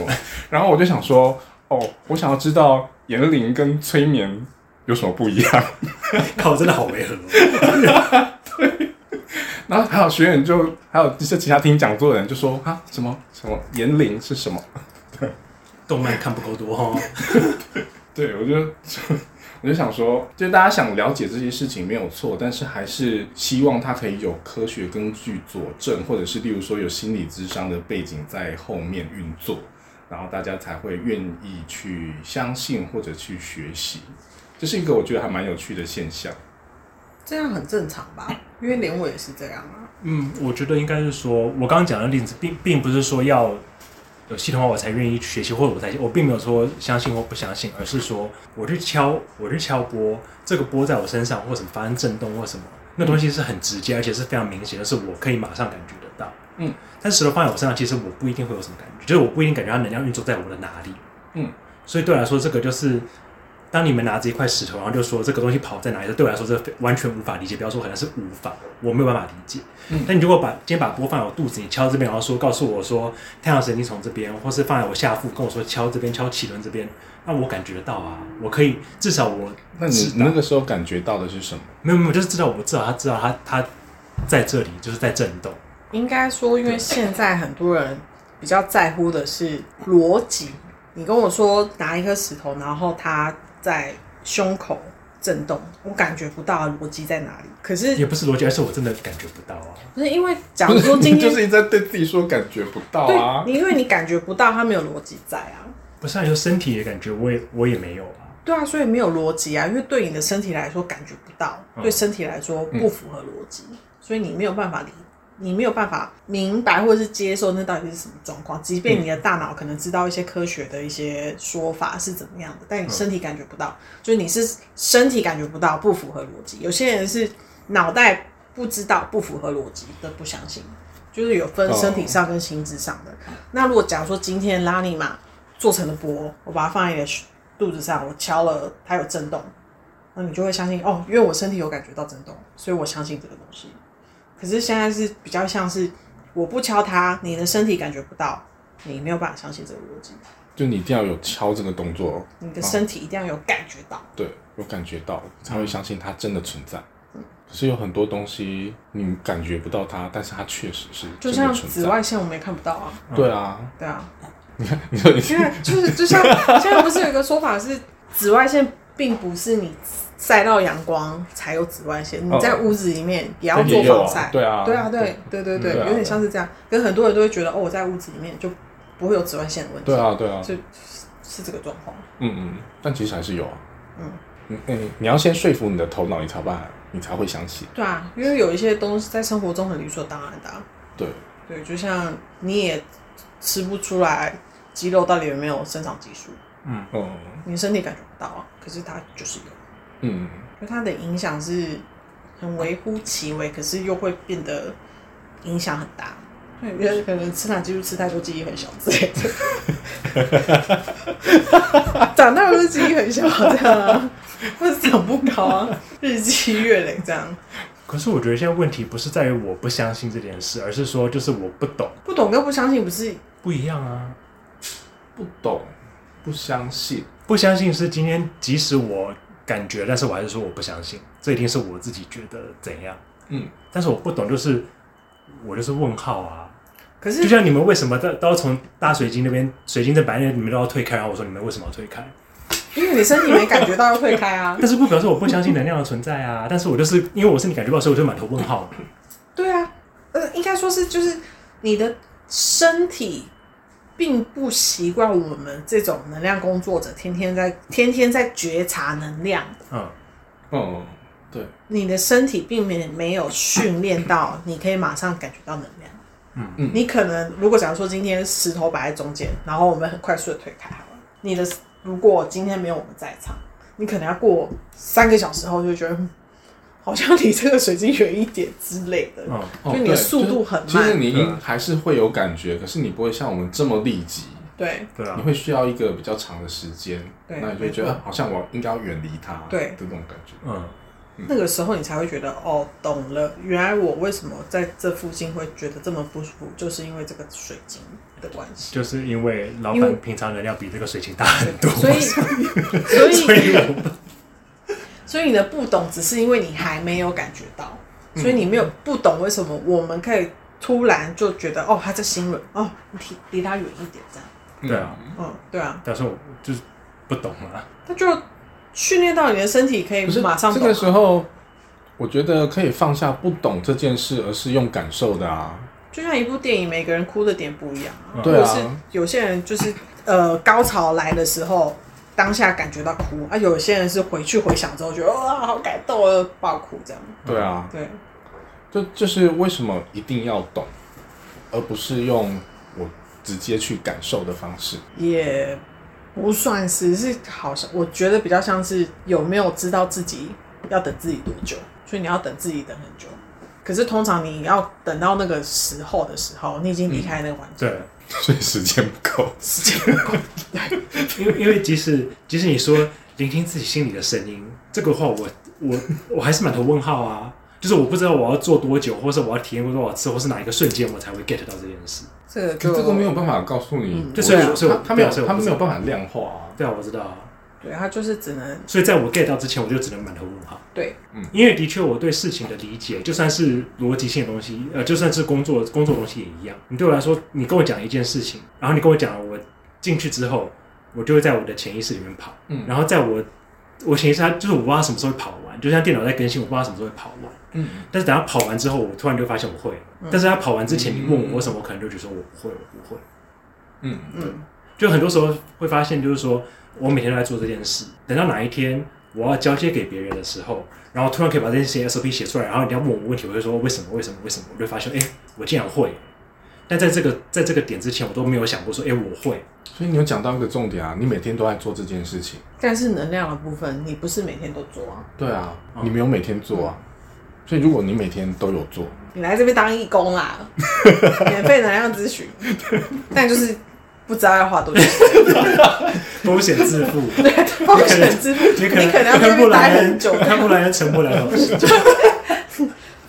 Speaker 1: 然后我就想说，哦，我想要知道言灵跟催眠有什么不一样。
Speaker 3: 靠，真的好违和哦。
Speaker 1: 然后还有学员就还有一些其他听讲座的人就说啊，什么什么言灵是什么？
Speaker 3: 动漫看不够多哦，
Speaker 1: 对，我就 我就想说，就大家想了解这些事情没有错，但是还是希望它可以有科学根据佐证，或者是例如说有心理智商的背景在后面运作，然后大家才会愿意去相信或者去学习。这是一个我觉得还蛮有趣的现象。
Speaker 2: 这样很正常吧？因为连我也是这样啊。
Speaker 3: 嗯，我觉得应该是说，我刚刚讲的例子，并并不是说要有系统化我才愿意去学习，或者我才我并没有说相信或不相信，而是说我去敲，我去敲波，这个波在我身上或什么发生震动或什么，那东西是很直接，而且是非常明显的，是我可以马上感觉得到。
Speaker 1: 嗯，
Speaker 3: 但石头放在我身上，其实我不一定会有什么感觉，就是我不一定感觉它能量运作在我的哪里。
Speaker 1: 嗯，
Speaker 3: 所以对我来说，这个就是。当你们拿着一块石头，然后就说这个东西跑在哪里，对我来说这完全无法理解。不要说可能是无法，我没有办法理解。
Speaker 1: 嗯
Speaker 3: 但你如果把今天把波放在我肚子，你敲这边，然后说告诉我说太阳神经从这边，或是放在我下腹，跟我说敲这边，敲脐轮这边，那我感觉得到啊，我可以至少我
Speaker 1: 那你
Speaker 3: 知
Speaker 1: 你
Speaker 3: 道
Speaker 1: 那个时候感觉到的是什么？
Speaker 3: 没有没有，就是至少我至少他知道他他在这里就是在震动，
Speaker 2: 应该说，因为现在很多人比较在乎的是逻辑。你跟我说拿一颗石头，然后它在胸口震动，我感觉不到逻辑在哪里。可是
Speaker 3: 也不是逻辑，而是我真的感觉不到啊。
Speaker 2: 不是因为，假
Speaker 1: 不
Speaker 2: 如说
Speaker 1: 是，
Speaker 2: 今
Speaker 1: 你就
Speaker 2: 天
Speaker 1: 是一直在对自己说感觉不到啊
Speaker 2: 对，。你因为你感觉不到，它没有逻辑在啊。
Speaker 3: 不是、啊，有身体也感觉，我也我也没有啊。
Speaker 2: 对啊，所以没有逻辑啊，因为对你的身体来说感觉不到，
Speaker 3: 嗯
Speaker 2: 对身体来说不符合逻辑，所以你没有办法理，你没有办法明白或是接受那到底是什么状况。即便你的大脑可能知道一些科学的一些说法是怎么样的，
Speaker 3: 嗯
Speaker 2: 但你身体感觉不到，就是你是身体感觉不到，不符合逻辑。有些人是脑袋不知道、不符合逻辑的不相信，就是有分
Speaker 1: 哦
Speaker 2: 身体上跟心智上的。那如果假如说今天拉尼玛做成了波，我把它放在你的肚子上，我敲了，它有震动，那你就会相信哦，因为我身体有感觉到震动，所以我相信这个东西。可是现在是比较像是我不敲它，你的身体感觉不到，你没有办法相信这个逻辑，
Speaker 1: 就你一定要有敲这个动作，哦
Speaker 2: 你的身体一定要有感觉到。
Speaker 1: 对，有感觉到才会相信它真的存在。可是有很多东西你感觉不到它，但是它确实是
Speaker 2: 就
Speaker 1: 真
Speaker 2: 像
Speaker 1: 的存
Speaker 2: 紫
Speaker 1: 在。
Speaker 2: 外线，我们也看不到啊，
Speaker 1: 对啊，
Speaker 2: 对啊，
Speaker 1: 你说你
Speaker 2: 因为就是啊就像现在不是有一个说法是，紫外线并不是你晒到阳光才有紫外线，你
Speaker 1: 哦
Speaker 2: 在屋子里面也要做
Speaker 1: 也有
Speaker 2: 防
Speaker 1: 啊
Speaker 2: 晒，，
Speaker 1: 对啊，
Speaker 2: 对啊，对对对对，
Speaker 1: 对啊
Speaker 2: 有点像是这样。跟很多人都会觉得，哦，我在屋子里面就不会有紫外线的问题，
Speaker 1: 对啊，对啊，
Speaker 2: 是这个状况。
Speaker 1: 嗯嗯，但其实还是有啊。
Speaker 2: 嗯
Speaker 1: 嗯嗯，你要先说服你的头脑，你才办，你才会相信。
Speaker 2: 对啊，因为有一些东西在生活中很理所当然的、啊，
Speaker 1: 对，
Speaker 2: 对，就像你也吃不出来肌肉到底有没有生长激素，
Speaker 1: 嗯
Speaker 2: 你身体感觉不到啊，可是它就是有。
Speaker 1: 嗯，
Speaker 2: 就它的影响是很微乎其微，可是又会变得影响很大。对，因为可能吃奶激素吃太多，记忆很小之类的。 长大了就是记忆很小这样啊，或者长不高啊，日积月累这样。
Speaker 3: 可是我觉得现在问题不是在于我不相信这件事，而是说就是我不懂，
Speaker 2: 不懂跟不相信不是
Speaker 3: 不一样啊。
Speaker 1: 不懂，不相信，
Speaker 3: 不相信是今天即使我感觉，但是我还是说我不相信，这一定是我自己觉得怎样。
Speaker 1: 嗯，
Speaker 3: 但是我不懂，就是我就是问号啊。
Speaker 2: 可
Speaker 3: 就是像你们为什么都都要从大水晶那边水晶的白面你们都要退开，然后我说你们为什么要退开？
Speaker 2: 因为你身体没感觉到要退开啊。
Speaker 3: 但是不表示我不相信能量的存在啊。但是我就是因为我是你感觉不到，所以我就满头问号。
Speaker 2: 对啊，呃，应该说是就是你的身体并不习惯我们这种能量工作者天天在天天在觉察能量，
Speaker 3: 嗯，
Speaker 1: 嗯，对，
Speaker 2: 你的身体并没没有训练到你可以马上感觉到能量。
Speaker 3: 嗯
Speaker 1: 嗯
Speaker 2: 你可能如果假如说今天石头摆在中间，然后我们很快速的推开好了，你的如果今天没有我们在场，你可能要过三个小时后就觉得嗯好像离这个水晶远一点之类的。
Speaker 3: 嗯，
Speaker 1: 哦
Speaker 2: 就你的
Speaker 1: 对
Speaker 2: 速度很
Speaker 1: 就是其实
Speaker 2: 慢
Speaker 1: 你
Speaker 3: 对
Speaker 1: 应还是会有感觉，可是你不会像我们这么立即，
Speaker 2: 对，
Speaker 3: 对啊
Speaker 1: 你，会需要一个比较长的时间，
Speaker 2: 对
Speaker 1: 那你就会觉
Speaker 2: 没
Speaker 1: 得
Speaker 2: 错
Speaker 1: 啊好像我应该要远离它，
Speaker 2: 对
Speaker 1: 的这种感觉。
Speaker 3: 嗯，
Speaker 2: 那个时候你才会觉得哦，懂了，原来我为什么在这附近会觉得这么不舒服，就是因为这个水晶的关系。
Speaker 3: 就是因为老
Speaker 2: 因为
Speaker 3: 板平常能量比这个水晶大很多，
Speaker 2: 所以，所
Speaker 3: 所
Speaker 2: 以，
Speaker 3: 以我
Speaker 2: 所以你的不懂，只是因为你还没有感觉到，
Speaker 1: 嗯
Speaker 2: 所以你没有不懂为什么我们可以突然就觉得哦，他在心轮，哦，你离离他远一点这样。
Speaker 3: 对啊，
Speaker 2: 嗯，对啊，
Speaker 3: 但是我就是不懂啊。
Speaker 2: 他就训练到你的身体可以
Speaker 1: 可是
Speaker 2: 马上
Speaker 1: 这
Speaker 2: 懂
Speaker 1: 个
Speaker 2: 啊。
Speaker 1: 时候，我觉得可以放下不懂这件事，而是用感受的啊。
Speaker 2: 就像一部电影，每个人哭的点不一样啊，
Speaker 3: 嗯
Speaker 1: 对啊
Speaker 2: 或者是有些人就是呃高潮来的时候，当下感觉到哭，啊，有些人是回去回想之后觉得哇、好感动啊，爆哭这样。
Speaker 1: 对啊，
Speaker 2: 对，
Speaker 1: 就就是为什么一定要懂，而不是用我直接去感受的方式。
Speaker 2: 也不算是是好像，我觉得比较像是有没有知道自己要等自己多久，所以你要等自己等很久。可是通常你要等到那个时候的时候，你已经离开那个环境，
Speaker 3: 对，
Speaker 1: 所以时间不够。
Speaker 2: 时间不够
Speaker 3: 因为因为即使即使你说聆听自己心里的声音这个话我，我我还是满头问号啊。就是我不知道我要做多久，或是我要体验过多少次，或是哪一个瞬间我才会 get 到这件事。
Speaker 2: 这个
Speaker 1: 可
Speaker 2: 就
Speaker 1: 这个没有办法告诉你，
Speaker 2: 嗯
Speaker 1: 我
Speaker 3: 所以
Speaker 1: 觉得
Speaker 3: 所以
Speaker 1: 他他没有
Speaker 3: 对啊所以我
Speaker 1: 他
Speaker 3: 不
Speaker 1: 没
Speaker 3: 知
Speaker 1: 有
Speaker 3: 道
Speaker 1: 办法量化啊。
Speaker 3: 对啊，我知道啊。
Speaker 2: 对，他就是只能
Speaker 3: 所以在我 get 到之前，我就只能满头问号。
Speaker 2: 对
Speaker 1: 嗯
Speaker 3: 因为的确我对事情的理解，就算是逻辑性的东西，呃，就算是工作工作的东西也一样。你对我来说，你跟我讲一件事情，然后你跟我讲了，我进去之后，我就会在我的潜意识里面跑，
Speaker 1: 嗯
Speaker 3: 然后在我我潜意识它就是我不知道它什么时候会跑完，就像电脑在更新，我不知道它什么时候会跑完。
Speaker 1: 嗯，
Speaker 3: 但是等它跑完之后，我突然就发现我会了。但是它跑完之前，你问我什么，我可能就觉得说我不会，我不会。
Speaker 1: 嗯，
Speaker 2: 嗯
Speaker 3: 就很多时候会发现，就是说我每天都在做这件事，等到哪一天我要交接给别人的时候，然后突然可以把这件事情 SOP 写出来，然后人家问我问题，我就说为什么为什么为什么，我就发现哎、诶我竟然会。但在这个在这个点之前，我都没有想过说哎、诶我会。
Speaker 1: 所以你有讲到一个重点啊，你每天都在做这件事情。
Speaker 2: 但是能量的部分，你不是每天都做啊，
Speaker 1: 对啊，
Speaker 3: 嗯
Speaker 1: 你没有每天做啊。所以如果你每天都有做，
Speaker 2: 你来这边当义工啦，免费能量咨询，但就是不知道要花多 久，
Speaker 3: 风险自负。
Speaker 2: 风险之路，
Speaker 3: 你
Speaker 2: 你
Speaker 3: 可能
Speaker 2: 可能要在
Speaker 3: 看
Speaker 2: 那
Speaker 3: 布
Speaker 2: 边
Speaker 3: 莱
Speaker 2: 待
Speaker 3: 恩
Speaker 2: 很久，
Speaker 3: 看布莱恩沉默良老师，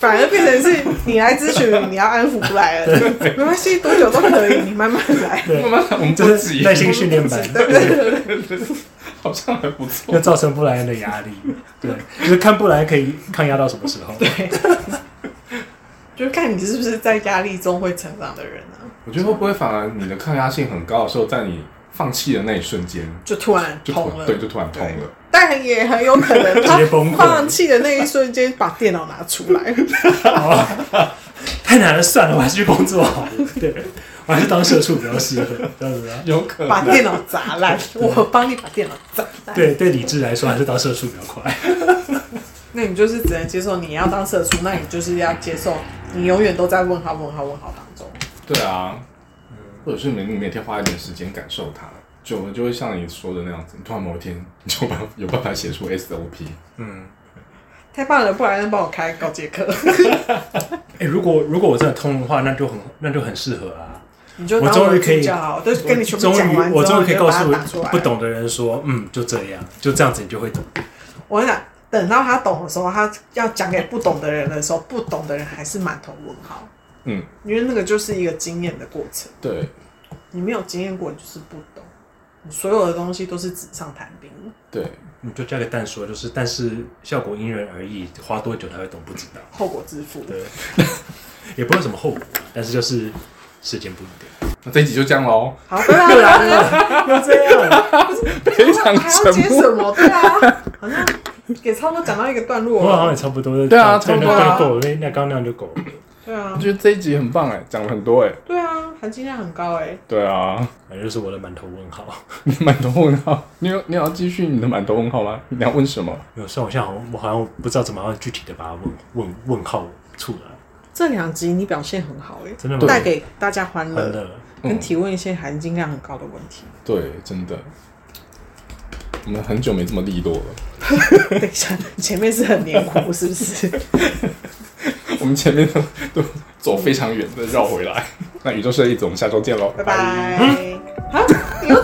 Speaker 2: 反而变成是你来咨询，你要安抚布莱恩，没关系，多久都可以，你慢慢来。
Speaker 3: 对
Speaker 1: 慢慢我们
Speaker 3: 这
Speaker 1: 不
Speaker 3: 是
Speaker 1: 急，
Speaker 3: 耐心训练班，
Speaker 2: 对对对对对，
Speaker 1: 好像还不
Speaker 3: 要
Speaker 1: 错。
Speaker 3: 造成布莱恩的压力。对，就是看布莱恩可以抗压到什么时候。
Speaker 2: 就是看你是不是在压力中会成长的人啊，
Speaker 1: 我觉得会不会反而你的抗压性很高的时候，在你放弃的那一瞬间，
Speaker 2: 就突然
Speaker 1: 就
Speaker 2: 通
Speaker 1: 突然
Speaker 2: 了，
Speaker 1: 对，就突然通了。
Speaker 2: 但也很有可能他
Speaker 3: 直接崩溃
Speaker 2: 放弃的那一瞬间把电脑拿出来，
Speaker 3: 太难了，算了，我还是去工作好了。 对，我还是当社畜比较适合，这样 子啊。
Speaker 1: 有可
Speaker 2: 把电脑砸烂，我帮你把电脑砸烂。，
Speaker 3: 对，对理智来说，还是当社畜比较快。
Speaker 2: 那你就是只能接受你要当社畜，那你就是要接受你永远都在问号问号问号当中。
Speaker 1: 对啊，或者是每你每天花一点时间感受它，久了就会像你说的那样子，你突然某一天你就把有办法写出 SOP。
Speaker 3: 嗯，
Speaker 2: 太棒了，不然帮我开高阶 课，
Speaker 3: 哎、如果如果我真的通的话，那就很那就很适合啊。
Speaker 2: 你就
Speaker 3: 我
Speaker 2: 当
Speaker 3: 终于
Speaker 2: 的
Speaker 3: 可以
Speaker 2: 助教好，我就跟你全部
Speaker 3: 终
Speaker 2: 讲
Speaker 3: 于
Speaker 2: 完之后，
Speaker 3: 我终于可以
Speaker 2: 你就
Speaker 3: 告
Speaker 2: 把它
Speaker 3: 诉
Speaker 2: 打出来
Speaker 3: 不。懂的人说，嗯，就这样，就这样子，你就会懂。
Speaker 2: 我跟你讲，等到他懂的时候，他要讲给不懂的人的时候，不懂的人还是满头问号，
Speaker 1: 嗯，
Speaker 2: 因为那个就是一个经验的过程。
Speaker 1: 对，
Speaker 2: 你没有经验过，你就是不懂。你所有的东西都是纸上谈兵。
Speaker 1: 对，
Speaker 3: 你就加个蛋说，就是但是效果因人而异，花多久才会懂不知道，
Speaker 2: 后果自负。
Speaker 3: 对 也不会有什么后果，但是就是时间不一定。
Speaker 1: 那这一集就这样喽，
Speaker 2: 好，拜拜。
Speaker 3: 要这样，
Speaker 1: 非常
Speaker 2: 还要接
Speaker 1: 沉
Speaker 2: 什
Speaker 1: 默。
Speaker 2: 么？对啊，好像也差不多讲到一个段落
Speaker 3: 我好像
Speaker 2: 了
Speaker 3: 也。差不多。
Speaker 1: 对啊
Speaker 3: 这样
Speaker 1: 差不
Speaker 3: 就
Speaker 1: 多
Speaker 2: 啊
Speaker 3: 够了，那那刚刚那样就够了。
Speaker 2: 对
Speaker 1: 我
Speaker 2: 啊，
Speaker 1: 觉得这一集很棒哎，讲了很多哎。
Speaker 2: 对啊，含金量很高哎。
Speaker 1: 对啊，
Speaker 3: 反正就是我的满头问号。
Speaker 1: 你满头问号，你有你要继续你的满头问号吗？你要问什么？
Speaker 3: 没有，虽然我现在好像我好像不知道怎么样具体的把它问问问号出来，
Speaker 2: 这两集你表现很好哎，
Speaker 3: 真的吗？
Speaker 2: 带给大家欢
Speaker 3: 欢
Speaker 2: 乐，
Speaker 3: 乐，
Speaker 2: 跟提问一些含金量很高的问题。
Speaker 1: 对，真的，我们很久没这么利落了。
Speaker 2: 等一下，前面是很黏糊是不是？
Speaker 1: 我们前面都都 走非常远，再绕回来。那宇宙射一子，我们下周见喽，
Speaker 2: 拜拜。啊，你又